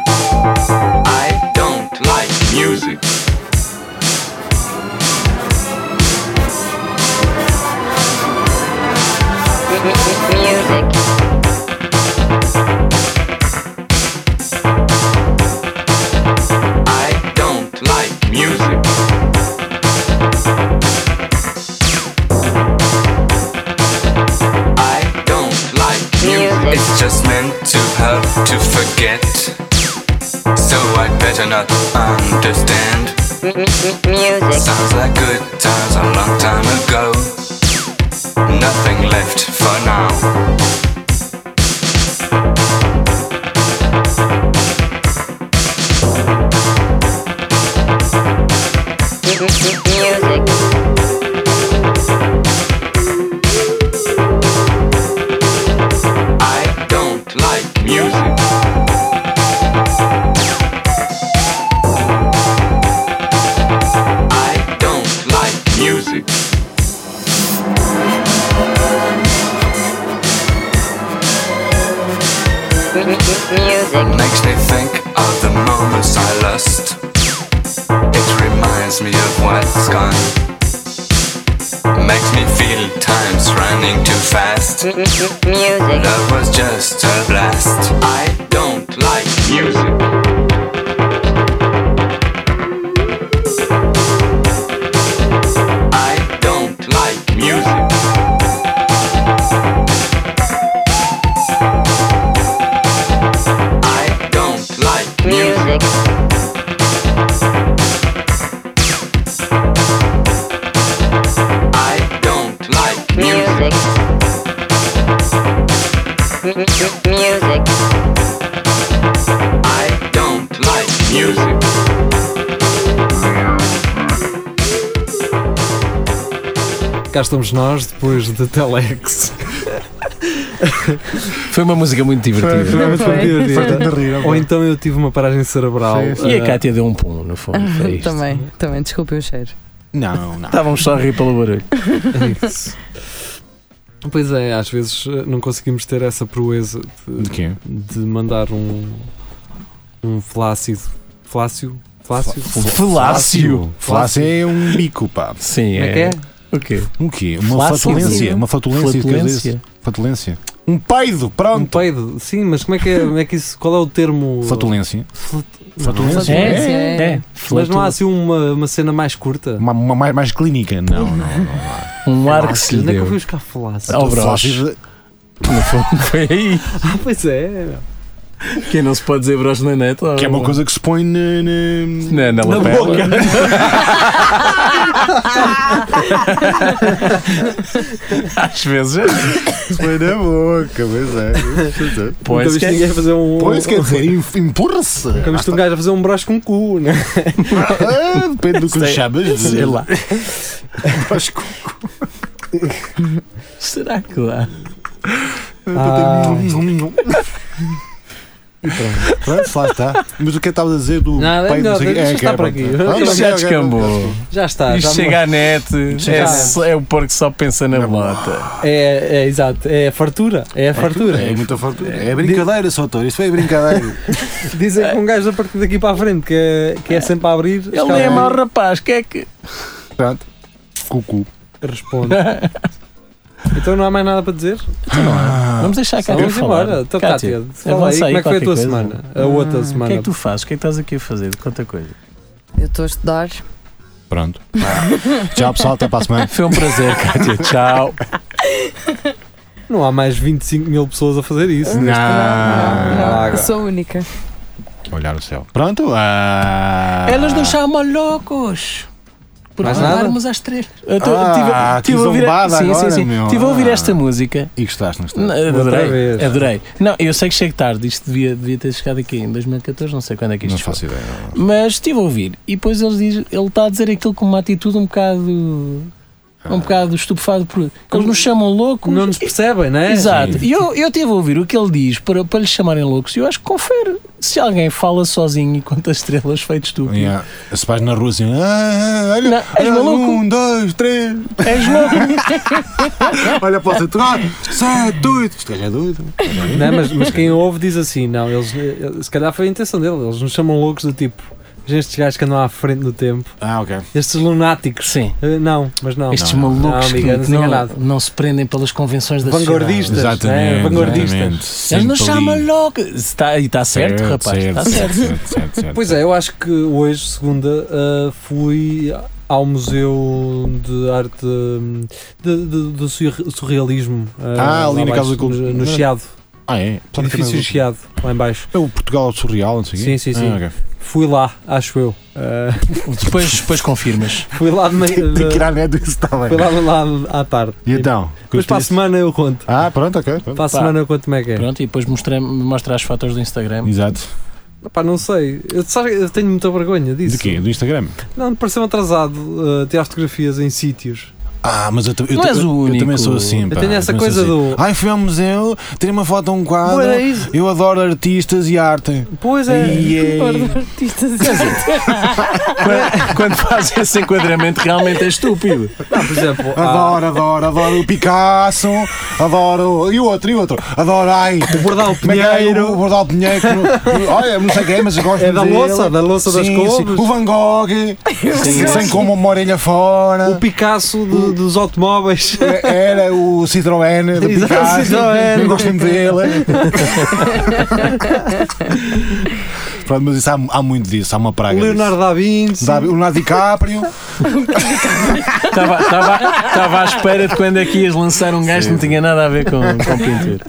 Speaker 10: I don't like music.
Speaker 9: Music.
Speaker 10: I don't like music. I don't like music. It's just meant to help to forget. So I'd better not understand.
Speaker 9: Music.
Speaker 10: Sounds like good times a long time ago. Nothing left for now.
Speaker 9: Music.
Speaker 10: I don't like music. I don't like music.
Speaker 9: Music.
Speaker 10: Makes me think of the moments I lost. It reminds me of what's gone. Makes me feel time's running too fast.
Speaker 9: Music.
Speaker 10: Love was just a blast. I don't like music. I don't like music. I don't like music.
Speaker 9: Music.
Speaker 10: I don't like music.
Speaker 9: Music. Music.
Speaker 10: I don't like music.
Speaker 2: Cá estamos nós depois de Telex.
Speaker 3: Foi uma música muito divertida.
Speaker 7: Não foi?
Speaker 2: Ou então eu tive uma paragem cerebral.
Speaker 6: Sim,
Speaker 3: E a
Speaker 2: ah,
Speaker 3: Cátia deu um pum, no fundo. Foi isto.
Speaker 7: também, também, desculpem o cheiro.
Speaker 4: Não, não.
Speaker 3: Estávamos só a rir pelo barulho.
Speaker 2: é isso. Pois é, às vezes ah, não conseguimos ter essa proeza de,
Speaker 4: De quê?
Speaker 2: de mandar um, um flácido. Flácio? Flácio?
Speaker 3: Falácio.
Speaker 4: Falácio é um bico, pá.
Speaker 3: Sim,
Speaker 2: Como é que é?
Speaker 3: O quê?
Speaker 4: Um quê? Uma
Speaker 3: Falácio.
Speaker 4: fatulência. Uma fatulência. quer dizer?
Speaker 3: Flatulência.
Speaker 4: Fatulência. Um peido,
Speaker 2: Um
Speaker 4: pronto.
Speaker 2: peido? Sim, mas como é que é? Como é que isso, qual é o termo?
Speaker 4: Fatulência.
Speaker 2: Não,
Speaker 4: Fatulência.
Speaker 3: É,
Speaker 7: Flatulência.
Speaker 3: é. é.
Speaker 2: Mas não há
Speaker 3: Flatul-
Speaker 2: assim uma, uma cena mais curta?
Speaker 4: Uma, uma mais, mais clínica. Não, não, não. não.
Speaker 3: Um ar que se lhe
Speaker 2: Onde é que eu fui
Speaker 3: deu.
Speaker 2: buscar falácio?
Speaker 3: Ao broche.
Speaker 4: Falácio de-
Speaker 3: No fundo, foi aí.
Speaker 2: Ah, pois é.
Speaker 3: Quem não se pode dizer broche na net. ó.
Speaker 4: Que é uma coisa que se põe na.
Speaker 3: Na,
Speaker 4: na-
Speaker 3: na, lapela. Às vezes. é,
Speaker 4: Se põe na boca, pois é. Pois é.
Speaker 2: Nunca
Speaker 3: Pois
Speaker 2: viste
Speaker 3: que
Speaker 2: Então ninguém fazer um.
Speaker 4: Pois quer dizer, im- empurra-se.
Speaker 2: Nunca viste
Speaker 3: Ah,
Speaker 2: um gajo a fazer um broche com cu, né?
Speaker 4: Ah, Depende do que lhe chamas. de-
Speaker 3: Sei lá.
Speaker 4: Acho que- é
Speaker 3: Será que dá?
Speaker 2: Ah.
Speaker 4: um E pronto, pronto, lá está. Mas o que é que estavas a dizer do
Speaker 2: Nada,
Speaker 4: pai
Speaker 2: não,
Speaker 4: sei o quê? É,
Speaker 2: deixa estar
Speaker 4: que era
Speaker 2: por aqui.
Speaker 4: pronto. Pronto,
Speaker 3: Isto já
Speaker 4: ok, ok,
Speaker 3: descambou.
Speaker 2: Já está.
Speaker 3: Isto
Speaker 2: Ah, já
Speaker 3: chega à net.
Speaker 2: à
Speaker 3: É,
Speaker 2: net.
Speaker 3: só- é o porco que só pensa na bota.
Speaker 2: É, é, exato. É a fartura. É a fartura.
Speaker 4: É muita fartura. É brincadeira, só estou. Isto foi brincadeira.
Speaker 2: Dizem que um gajo a partir daqui para a frente que é, que é sempre a abrir.
Speaker 3: É. Ele nem é mau rapaz. Que é que.
Speaker 4: Pronto. Cucu.
Speaker 2: Responde. Então não há mais nada para dizer?
Speaker 3: Vamos deixar a
Speaker 2: Então
Speaker 3: Ah, Cátia
Speaker 2: vamos
Speaker 3: falar.
Speaker 2: embora. Então,
Speaker 3: Cátia,
Speaker 2: Cátia, fala aí
Speaker 3: avança aí
Speaker 2: como é que foi a
Speaker 3: qualquer
Speaker 2: tua
Speaker 3: coisa.
Speaker 2: semana? A outra
Speaker 3: O que é
Speaker 2: semana.
Speaker 3: que tu fazes? O que é que estás aqui a fazer? Conta coisa.
Speaker 7: Eu estou a estudar.
Speaker 8: Pronto.
Speaker 4: Tchau, pessoal. Até para a semana.
Speaker 3: Foi um prazer, Cátia. Tchau.
Speaker 2: Não há mais 25 mil pessoas a fazer isso.
Speaker 3: Ah,
Speaker 7: Não, não,
Speaker 2: Ah,
Speaker 7: eu sou única.
Speaker 8: Olhar o céu.
Speaker 4: Pronto. ah.
Speaker 3: Elas não chamam loucos. Por
Speaker 2: Mais nada?
Speaker 3: andarmos às três. Eu tô-
Speaker 4: Ah,
Speaker 3: tive-
Speaker 4: que
Speaker 3: tive a ouvir-
Speaker 4: zombada
Speaker 3: sim,
Speaker 4: agora,
Speaker 3: sim, sim.
Speaker 4: meu.
Speaker 3: Estive a ouvir
Speaker 4: Ah.
Speaker 3: esta música.
Speaker 4: E gostaste, não
Speaker 3: Não,
Speaker 4: gostaste?
Speaker 2: Outra
Speaker 3: Adorei,
Speaker 2: vez.
Speaker 3: adorei. Não, eu sei que chego tarde, isto devia, devia ter chegado aqui em 2014, não sei quando é que isto
Speaker 8: Não
Speaker 3: foi.
Speaker 8: faço ideia.
Speaker 3: Mas estive a ouvir e depois ele, diz, ele está a dizer aquilo com uma atitude um bocado. um bocado estupefado por. Eles nos chamam loucos.
Speaker 2: Não nos
Speaker 3: E-
Speaker 2: percebem, não é?
Speaker 3: Exato. E eu, eu estive a ouvir o que ele diz para, para lhes chamarem loucos. e Eu acho que confere. Se alguém fala sozinho e conta estrelas, feito estúpido.
Speaker 8: Yeah. ah, Se vais na rua assim, ah, olha,
Speaker 3: Não, és
Speaker 8: olha,
Speaker 3: maluco?
Speaker 8: um, dois, três,
Speaker 3: És louco.
Speaker 4: Olha para o cinturão. Isto é doido. Isto é doido.
Speaker 2: Não, mas, mas quem ouve diz assim, não, eles eh, se calhar foi a intenção dele, eles nos chamam loucos do tipo, "Mas estes gajos que andam à frente do tempo,
Speaker 8: Ah, ok.
Speaker 2: estes lunáticos.
Speaker 3: Sim.
Speaker 2: Eh, Não, mas não.
Speaker 3: Estes
Speaker 2: Não,
Speaker 3: malucos
Speaker 2: amigo, andas
Speaker 3: que não,
Speaker 2: enganado.
Speaker 3: não se prendem pelas convenções da sociedade.
Speaker 2: Vanguardistas.
Speaker 8: Exatamente.
Speaker 2: né? Vanguardistas.
Speaker 8: exatamente.
Speaker 3: Eles
Speaker 8: Sempre
Speaker 3: não chamam
Speaker 8: ali.
Speaker 3: louco. Está, e está certo, rapaz. está certo.
Speaker 8: certo, certo, certo.
Speaker 2: Pois é, eu acho que hoje, segunda, ah, fui ao Museu de Arte hum, de- de- do surre- surrealismo. eh,
Speaker 4: Ah,
Speaker 2: lá
Speaker 4: ali na
Speaker 2: abaixo,
Speaker 4: Casa da Cultura.
Speaker 2: No, no Chiado,
Speaker 8: Ah, é? Sabe que
Speaker 2: edifício
Speaker 8: é
Speaker 2: Chiado, lá em baixo.
Speaker 8: o- é o Portugal Surreal, não sei o
Speaker 2: Sim,
Speaker 8: quê?
Speaker 2: sim, sim.
Speaker 8: Ah, ok.
Speaker 2: Fui lá, acho eu. Ah,
Speaker 3: Depois, depois confirmas.
Speaker 2: fui lá de manhã-
Speaker 4: Tem que
Speaker 2: de-
Speaker 4: ir à net isso
Speaker 8: tá
Speaker 4: também.
Speaker 2: Fui eh, lá, lá à tarde.
Speaker 4: E então?
Speaker 2: Depois para a
Speaker 4: curtiste?
Speaker 2: semana eu conto.
Speaker 4: Ah, pronto, ok. pronto.
Speaker 2: Para a
Speaker 3: Pá.
Speaker 2: semana eu conto como é que é.
Speaker 3: Pronto, e depois mostrei- mostra as fotos do Instagram.
Speaker 8: Exato.
Speaker 2: Pá, não sei. Eu, sabe, eu tenho muita vergonha disso.
Speaker 8: De quê? Do Instagram?
Speaker 2: Não, me pareceu atrasado ah, tirar fotografias em sítios.
Speaker 8: Ah, mas eu, ta- eu,
Speaker 3: Não
Speaker 8: ta-
Speaker 3: és o
Speaker 8: eu
Speaker 3: único.
Speaker 8: também sou assim. Pá.
Speaker 2: tenho essa
Speaker 8: também
Speaker 2: coisa
Speaker 8: sou assim.
Speaker 2: do-
Speaker 8: Ai, fui ao museu, tirei uma foto a um quadro.
Speaker 2: Boa, era isso.
Speaker 8: Eu adoro artistas e arte.
Speaker 2: Pois é.
Speaker 8: Ei,
Speaker 7: Adoro artistas e
Speaker 3: Quando, quando fazes esse enquadramento, realmente é estúpido.
Speaker 2: Não, por exemplo, há-
Speaker 4: Adoro, adoro, adoro o Picasso, adoro. E o outro, e o outro. Adoro, ai.
Speaker 2: O Bordal
Speaker 4: Como é que é? O
Speaker 2: Pinheiro
Speaker 4: Bordal Pinheiro. que não- Olha, não sei quem, mas eu gosto
Speaker 2: é da
Speaker 4: dele.
Speaker 2: louça, da louça das
Speaker 4: Sim, sim.
Speaker 2: couves.
Speaker 4: O Van Gogh, sem como uma orelha
Speaker 2: O
Speaker 4: fora.
Speaker 2: Picasso do- dos automóveis.
Speaker 4: Era o Citroën do
Speaker 2: Exato,
Speaker 4: Picasso.
Speaker 2: Citroën.
Speaker 4: Eu gosto muito dele. Pronto, mas isso há, há muito disso, há uma praga.
Speaker 2: O
Speaker 4: disso.
Speaker 2: Leonardo da Vinci.
Speaker 4: Sabe, o Leonardo DiCaprio.
Speaker 3: Estava- Estava estava à espera de quando é que ias lançar um gajo que não tinha nada a ver com, com pintura.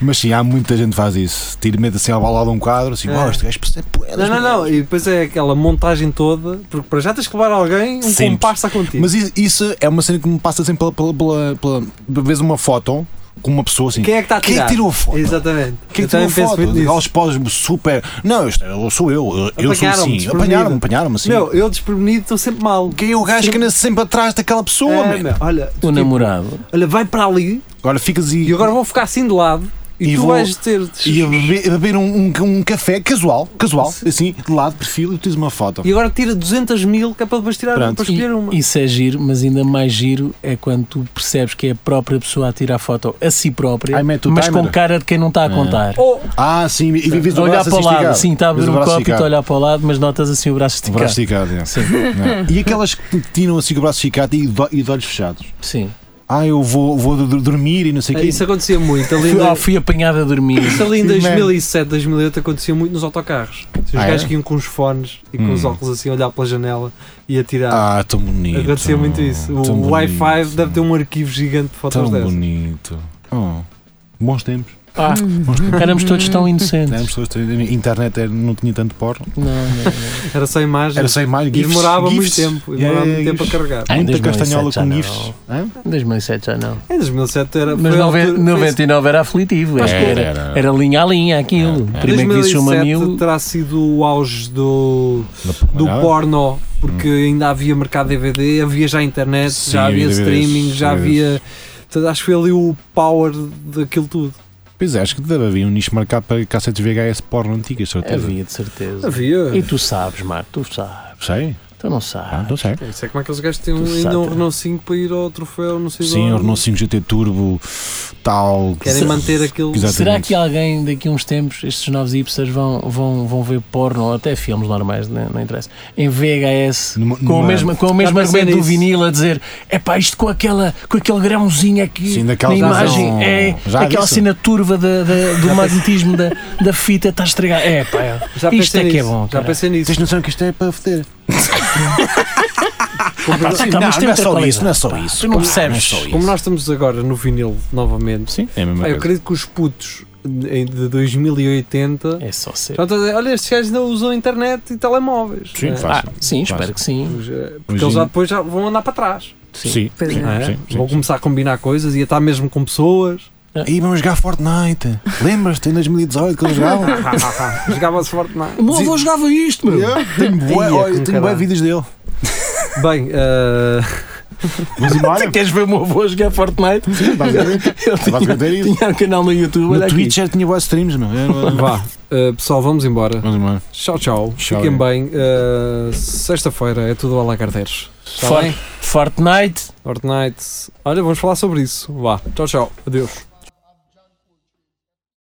Speaker 4: Mas sim, há muita gente que faz isso. Tira medo assim ao balado um quadro, assim, gosto, gajo, é poedas,
Speaker 2: Não, não,
Speaker 4: meu."
Speaker 2: não. E depois é aquela montagem toda, porque para já tens que levar alguém, um
Speaker 4: Sempre.
Speaker 2: comparsa contigo.
Speaker 4: Mas i- isso é uma cena que me passa sempre pela. pela, pela, pela vês uma foto com uma pessoa assim.
Speaker 2: quem é que está a
Speaker 4: Quem é
Speaker 2: tirar?
Speaker 4: que tirou a foto?
Speaker 2: Exatamente.
Speaker 4: Quem
Speaker 2: Eu
Speaker 4: é que tirou a
Speaker 2: também penso
Speaker 4: foto?
Speaker 2: muito nisso.
Speaker 4: Aos pós super. Não, isto é- eu sou eu. Eu, eu sou
Speaker 2: Apanharam-me,
Speaker 4: assim.
Speaker 2: desprevenido.
Speaker 4: Apanharam-me, apanharam-me assim.
Speaker 2: Meu, eu desprevenido estou sempre mal.
Speaker 4: Quem é o gajo que
Speaker 2: Sempre-
Speaker 4: anda sempre atrás daquela pessoa,
Speaker 2: É,
Speaker 4: meu?
Speaker 2: meu, olha,
Speaker 3: O namorado.
Speaker 2: olha, vai para ali
Speaker 4: Agora ficas e.
Speaker 2: e agora vou ficar assim de lado e,
Speaker 4: E
Speaker 2: tu
Speaker 4: vou-
Speaker 2: vais ter.
Speaker 4: E a beber, a beber um, um, um café casual, casual, assim, de lado, perfil, e tens uma foto.
Speaker 2: E agora tira 200 mil que é para depois tirar
Speaker 4: Pronto.
Speaker 2: para escolher uma.
Speaker 3: E, isso é giro, mas ainda mais giro é quando tu percebes que é a própria pessoa a tirar a foto a si própria,
Speaker 4: Ai, mete o
Speaker 3: mas
Speaker 4: timer.
Speaker 3: com cara de quem não está a contar.
Speaker 2: Ou
Speaker 4: Ah, sim, e vives o
Speaker 3: É. Oh, olhar
Speaker 4: braço
Speaker 3: para o lado,
Speaker 4: esticado.
Speaker 3: assim, está a
Speaker 4: Vês
Speaker 3: beber
Speaker 4: o
Speaker 3: um
Speaker 4: braço
Speaker 3: copo e
Speaker 4: esticado.
Speaker 3: tu olhar para o lado, mas notas assim o braço
Speaker 4: O
Speaker 3: esticado.
Speaker 4: braço esticado, é.
Speaker 3: Sim.
Speaker 4: Não. E aquelas que tinham assim o braço esticado e, do- e de olhos fechados.
Speaker 3: Sim.
Speaker 4: Ah, eu vou, vou d- d- dormir e não
Speaker 3: É
Speaker 4: sei o quê.
Speaker 2: É, isso acontecia muito. Ali
Speaker 3: Fui,
Speaker 2: na-
Speaker 3: ah, fui apanhado a dormir.
Speaker 2: Isso ali em
Speaker 4: Sim,
Speaker 2: 2007, 2008 acontecia muito nos autocarros. Os
Speaker 4: Ah,
Speaker 2: gajos
Speaker 4: é?
Speaker 2: que iam com os fones e com os
Speaker 8: Hum.
Speaker 2: óculos assim a olhar pela janela e a tirar.
Speaker 8: Ah, tão bonito.
Speaker 4: então
Speaker 2: acontecia muito isso.
Speaker 8: tão
Speaker 2: O
Speaker 8: bonito,
Speaker 2: Wi-Fi deve ter um arquivo gigante de fotos
Speaker 8: Tão
Speaker 2: dessas.
Speaker 8: bonito. Oh, Bons tempos.
Speaker 3: Ah,
Speaker 7: Hum.
Speaker 3: éramos todos tão inocentes.
Speaker 4: Éramos pessoas que A internet era- não tinha tanto porno.
Speaker 3: Não, não, não.
Speaker 2: Era só imagens.
Speaker 4: Era sem mais
Speaker 2: é. e
Speaker 4: GIFs.
Speaker 2: demorava muito
Speaker 4: GIFs.
Speaker 2: tempo. E
Speaker 4: Yeah,
Speaker 2: demorava muito
Speaker 4: yeah,
Speaker 2: tempo a
Speaker 4: GIFs.
Speaker 2: carregar.
Speaker 3: Em
Speaker 4: Muita
Speaker 3: 2007
Speaker 4: castanhola
Speaker 3: já
Speaker 4: com
Speaker 3: não.
Speaker 4: GIFs. Hã?
Speaker 3: Em 2007 já não.
Speaker 2: Em 2007 era.
Speaker 3: Mas
Speaker 2: foi a
Speaker 3: 90,
Speaker 2: altura- foi-
Speaker 3: 99 era aflitivo.
Speaker 8: Mas
Speaker 4: é
Speaker 3: era,
Speaker 8: como-
Speaker 3: É. era, linha a linha aquilo.
Speaker 8: É, é.
Speaker 3: Primeiro que disse uma mil.
Speaker 2: terá sido o auge do, do
Speaker 8: Olha,
Speaker 2: porno, porque ainda havia mercado DVD, havia já internet,
Speaker 8: Sim,
Speaker 2: já
Speaker 8: havia
Speaker 2: havia
Speaker 8: DVDs,
Speaker 2: streaming, já
Speaker 8: DVDs.
Speaker 2: havia. Portanto, Acho que foi ali o power daquilo tudo.
Speaker 4: Pois é, acho que deve haver um nicho marcado para cassetes VHS porno antigas, certeza.
Speaker 3: Havia de certeza.
Speaker 2: Havia.
Speaker 3: E tu sabes, Marco, tu sabes.
Speaker 4: Sei?
Speaker 3: Tu não
Speaker 4: Ah,
Speaker 3: sabes.
Speaker 4: então sei.
Speaker 2: Isso é como aqueles gajos que têm
Speaker 3: Tu
Speaker 2: um- ainda um
Speaker 3: sabe.
Speaker 2: Renault 5 para ir ao troféu, não sei de
Speaker 4: Sim,
Speaker 2: onde.
Speaker 4: o Renault 5 GT Turbo, tal.
Speaker 2: Querem manter aquele.
Speaker 4: Exato.
Speaker 3: Será
Speaker 4: Exatamente.
Speaker 3: que alguém daqui a uns tempos, estes novos hipsters vão, vão, vão ver porno, ou até filmes normais, né, não interessa, em VHS,
Speaker 4: Numa-
Speaker 3: com, o
Speaker 4: numa-
Speaker 3: mesmo, com o
Speaker 2: Já
Speaker 3: mesmo
Speaker 2: pensei
Speaker 3: argumento do
Speaker 2: nisso.
Speaker 3: vinil a dizer é pá, isto com, aquela, com aquele grãozinho aqui
Speaker 4: Sim,
Speaker 3: na
Speaker 4: daquelas
Speaker 3: imagem,
Speaker 4: razão.
Speaker 3: é
Speaker 4: Já
Speaker 3: aquela
Speaker 4: disse.
Speaker 3: cena turva da, da- do magnetismo da, da fita está estragada. É pá, é.
Speaker 2: Já pensei
Speaker 3: isto é que
Speaker 2: nisso.
Speaker 3: é bom.
Speaker 2: Já
Speaker 3: cara.
Speaker 2: pensei nisso.
Speaker 4: Vocês não sabem que isto é para
Speaker 3: Ah,
Speaker 4: foder.
Speaker 3: Pá,
Speaker 4: Sim,
Speaker 3: calma,
Speaker 4: não,
Speaker 3: isto
Speaker 4: não é
Speaker 3: outra
Speaker 4: só
Speaker 3: coisa.
Speaker 4: isso, não é só
Speaker 3: Pá,
Speaker 4: isso.
Speaker 3: Tu não
Speaker 4: Pá,
Speaker 3: percebes.
Speaker 4: não é só isso.
Speaker 2: Como nós estamos agora no vinil novamente,
Speaker 4: Sim, é a mesma
Speaker 2: pá, Ah, eu
Speaker 4: coisa.
Speaker 2: acredito que os putos de de 2080
Speaker 3: É só ser.
Speaker 2: já estão a dizer: olha, estes gajos ainda usam internet e telemóveis.
Speaker 4: Sim,
Speaker 2: né?
Speaker 4: faz.
Speaker 3: Ah, sim,
Speaker 4: Faz.
Speaker 3: espero que sim.
Speaker 2: Os, eh, Porque
Speaker 4: Hoje
Speaker 2: eles já
Speaker 4: em-
Speaker 2: depois já vão andar para trás.
Speaker 3: Sim.
Speaker 4: Sim.
Speaker 7: Pois é.
Speaker 2: não é?
Speaker 4: sim, sim,
Speaker 2: vão
Speaker 4: sim.
Speaker 2: começar a combinar coisas e a estar mesmo com pessoas.
Speaker 4: Aí vamos jogar Fortnite. Lembras-te em 2018 que eles jogavam?
Speaker 2: Jogava-se é? Fortnite.
Speaker 3: O meu avô jogava isto, meu.
Speaker 4: Yeah, Tenho
Speaker 2: Ia,
Speaker 4: bué,
Speaker 2: é com
Speaker 4: olha, tenho bué
Speaker 2: caralho.
Speaker 4: vídeos dele.
Speaker 2: Bem, eh,
Speaker 4: Mas embora.
Speaker 3: Queres ver o meu avô jogar Fortnite? Ele tinha,
Speaker 4: basicamente era isso.
Speaker 3: tinha um canal no YouTube. olha
Speaker 4: No
Speaker 3: aqui.
Speaker 4: Twitch já tinha bué streams, meu. Era-
Speaker 2: vá, eh, pessoal, vamos embora.
Speaker 4: Vamos embora.
Speaker 2: Tchau, tchau.
Speaker 4: Tchau,
Speaker 2: Fiquem
Speaker 4: é.
Speaker 2: bem. Eh, Sexta-feira é tudo a Lagarderes. Está
Speaker 3: Fort-
Speaker 2: bem?
Speaker 3: Fortnite.
Speaker 2: Fortnite. Olha, vamos falar sobre isso. Vá, tchau, tchau. Adeus.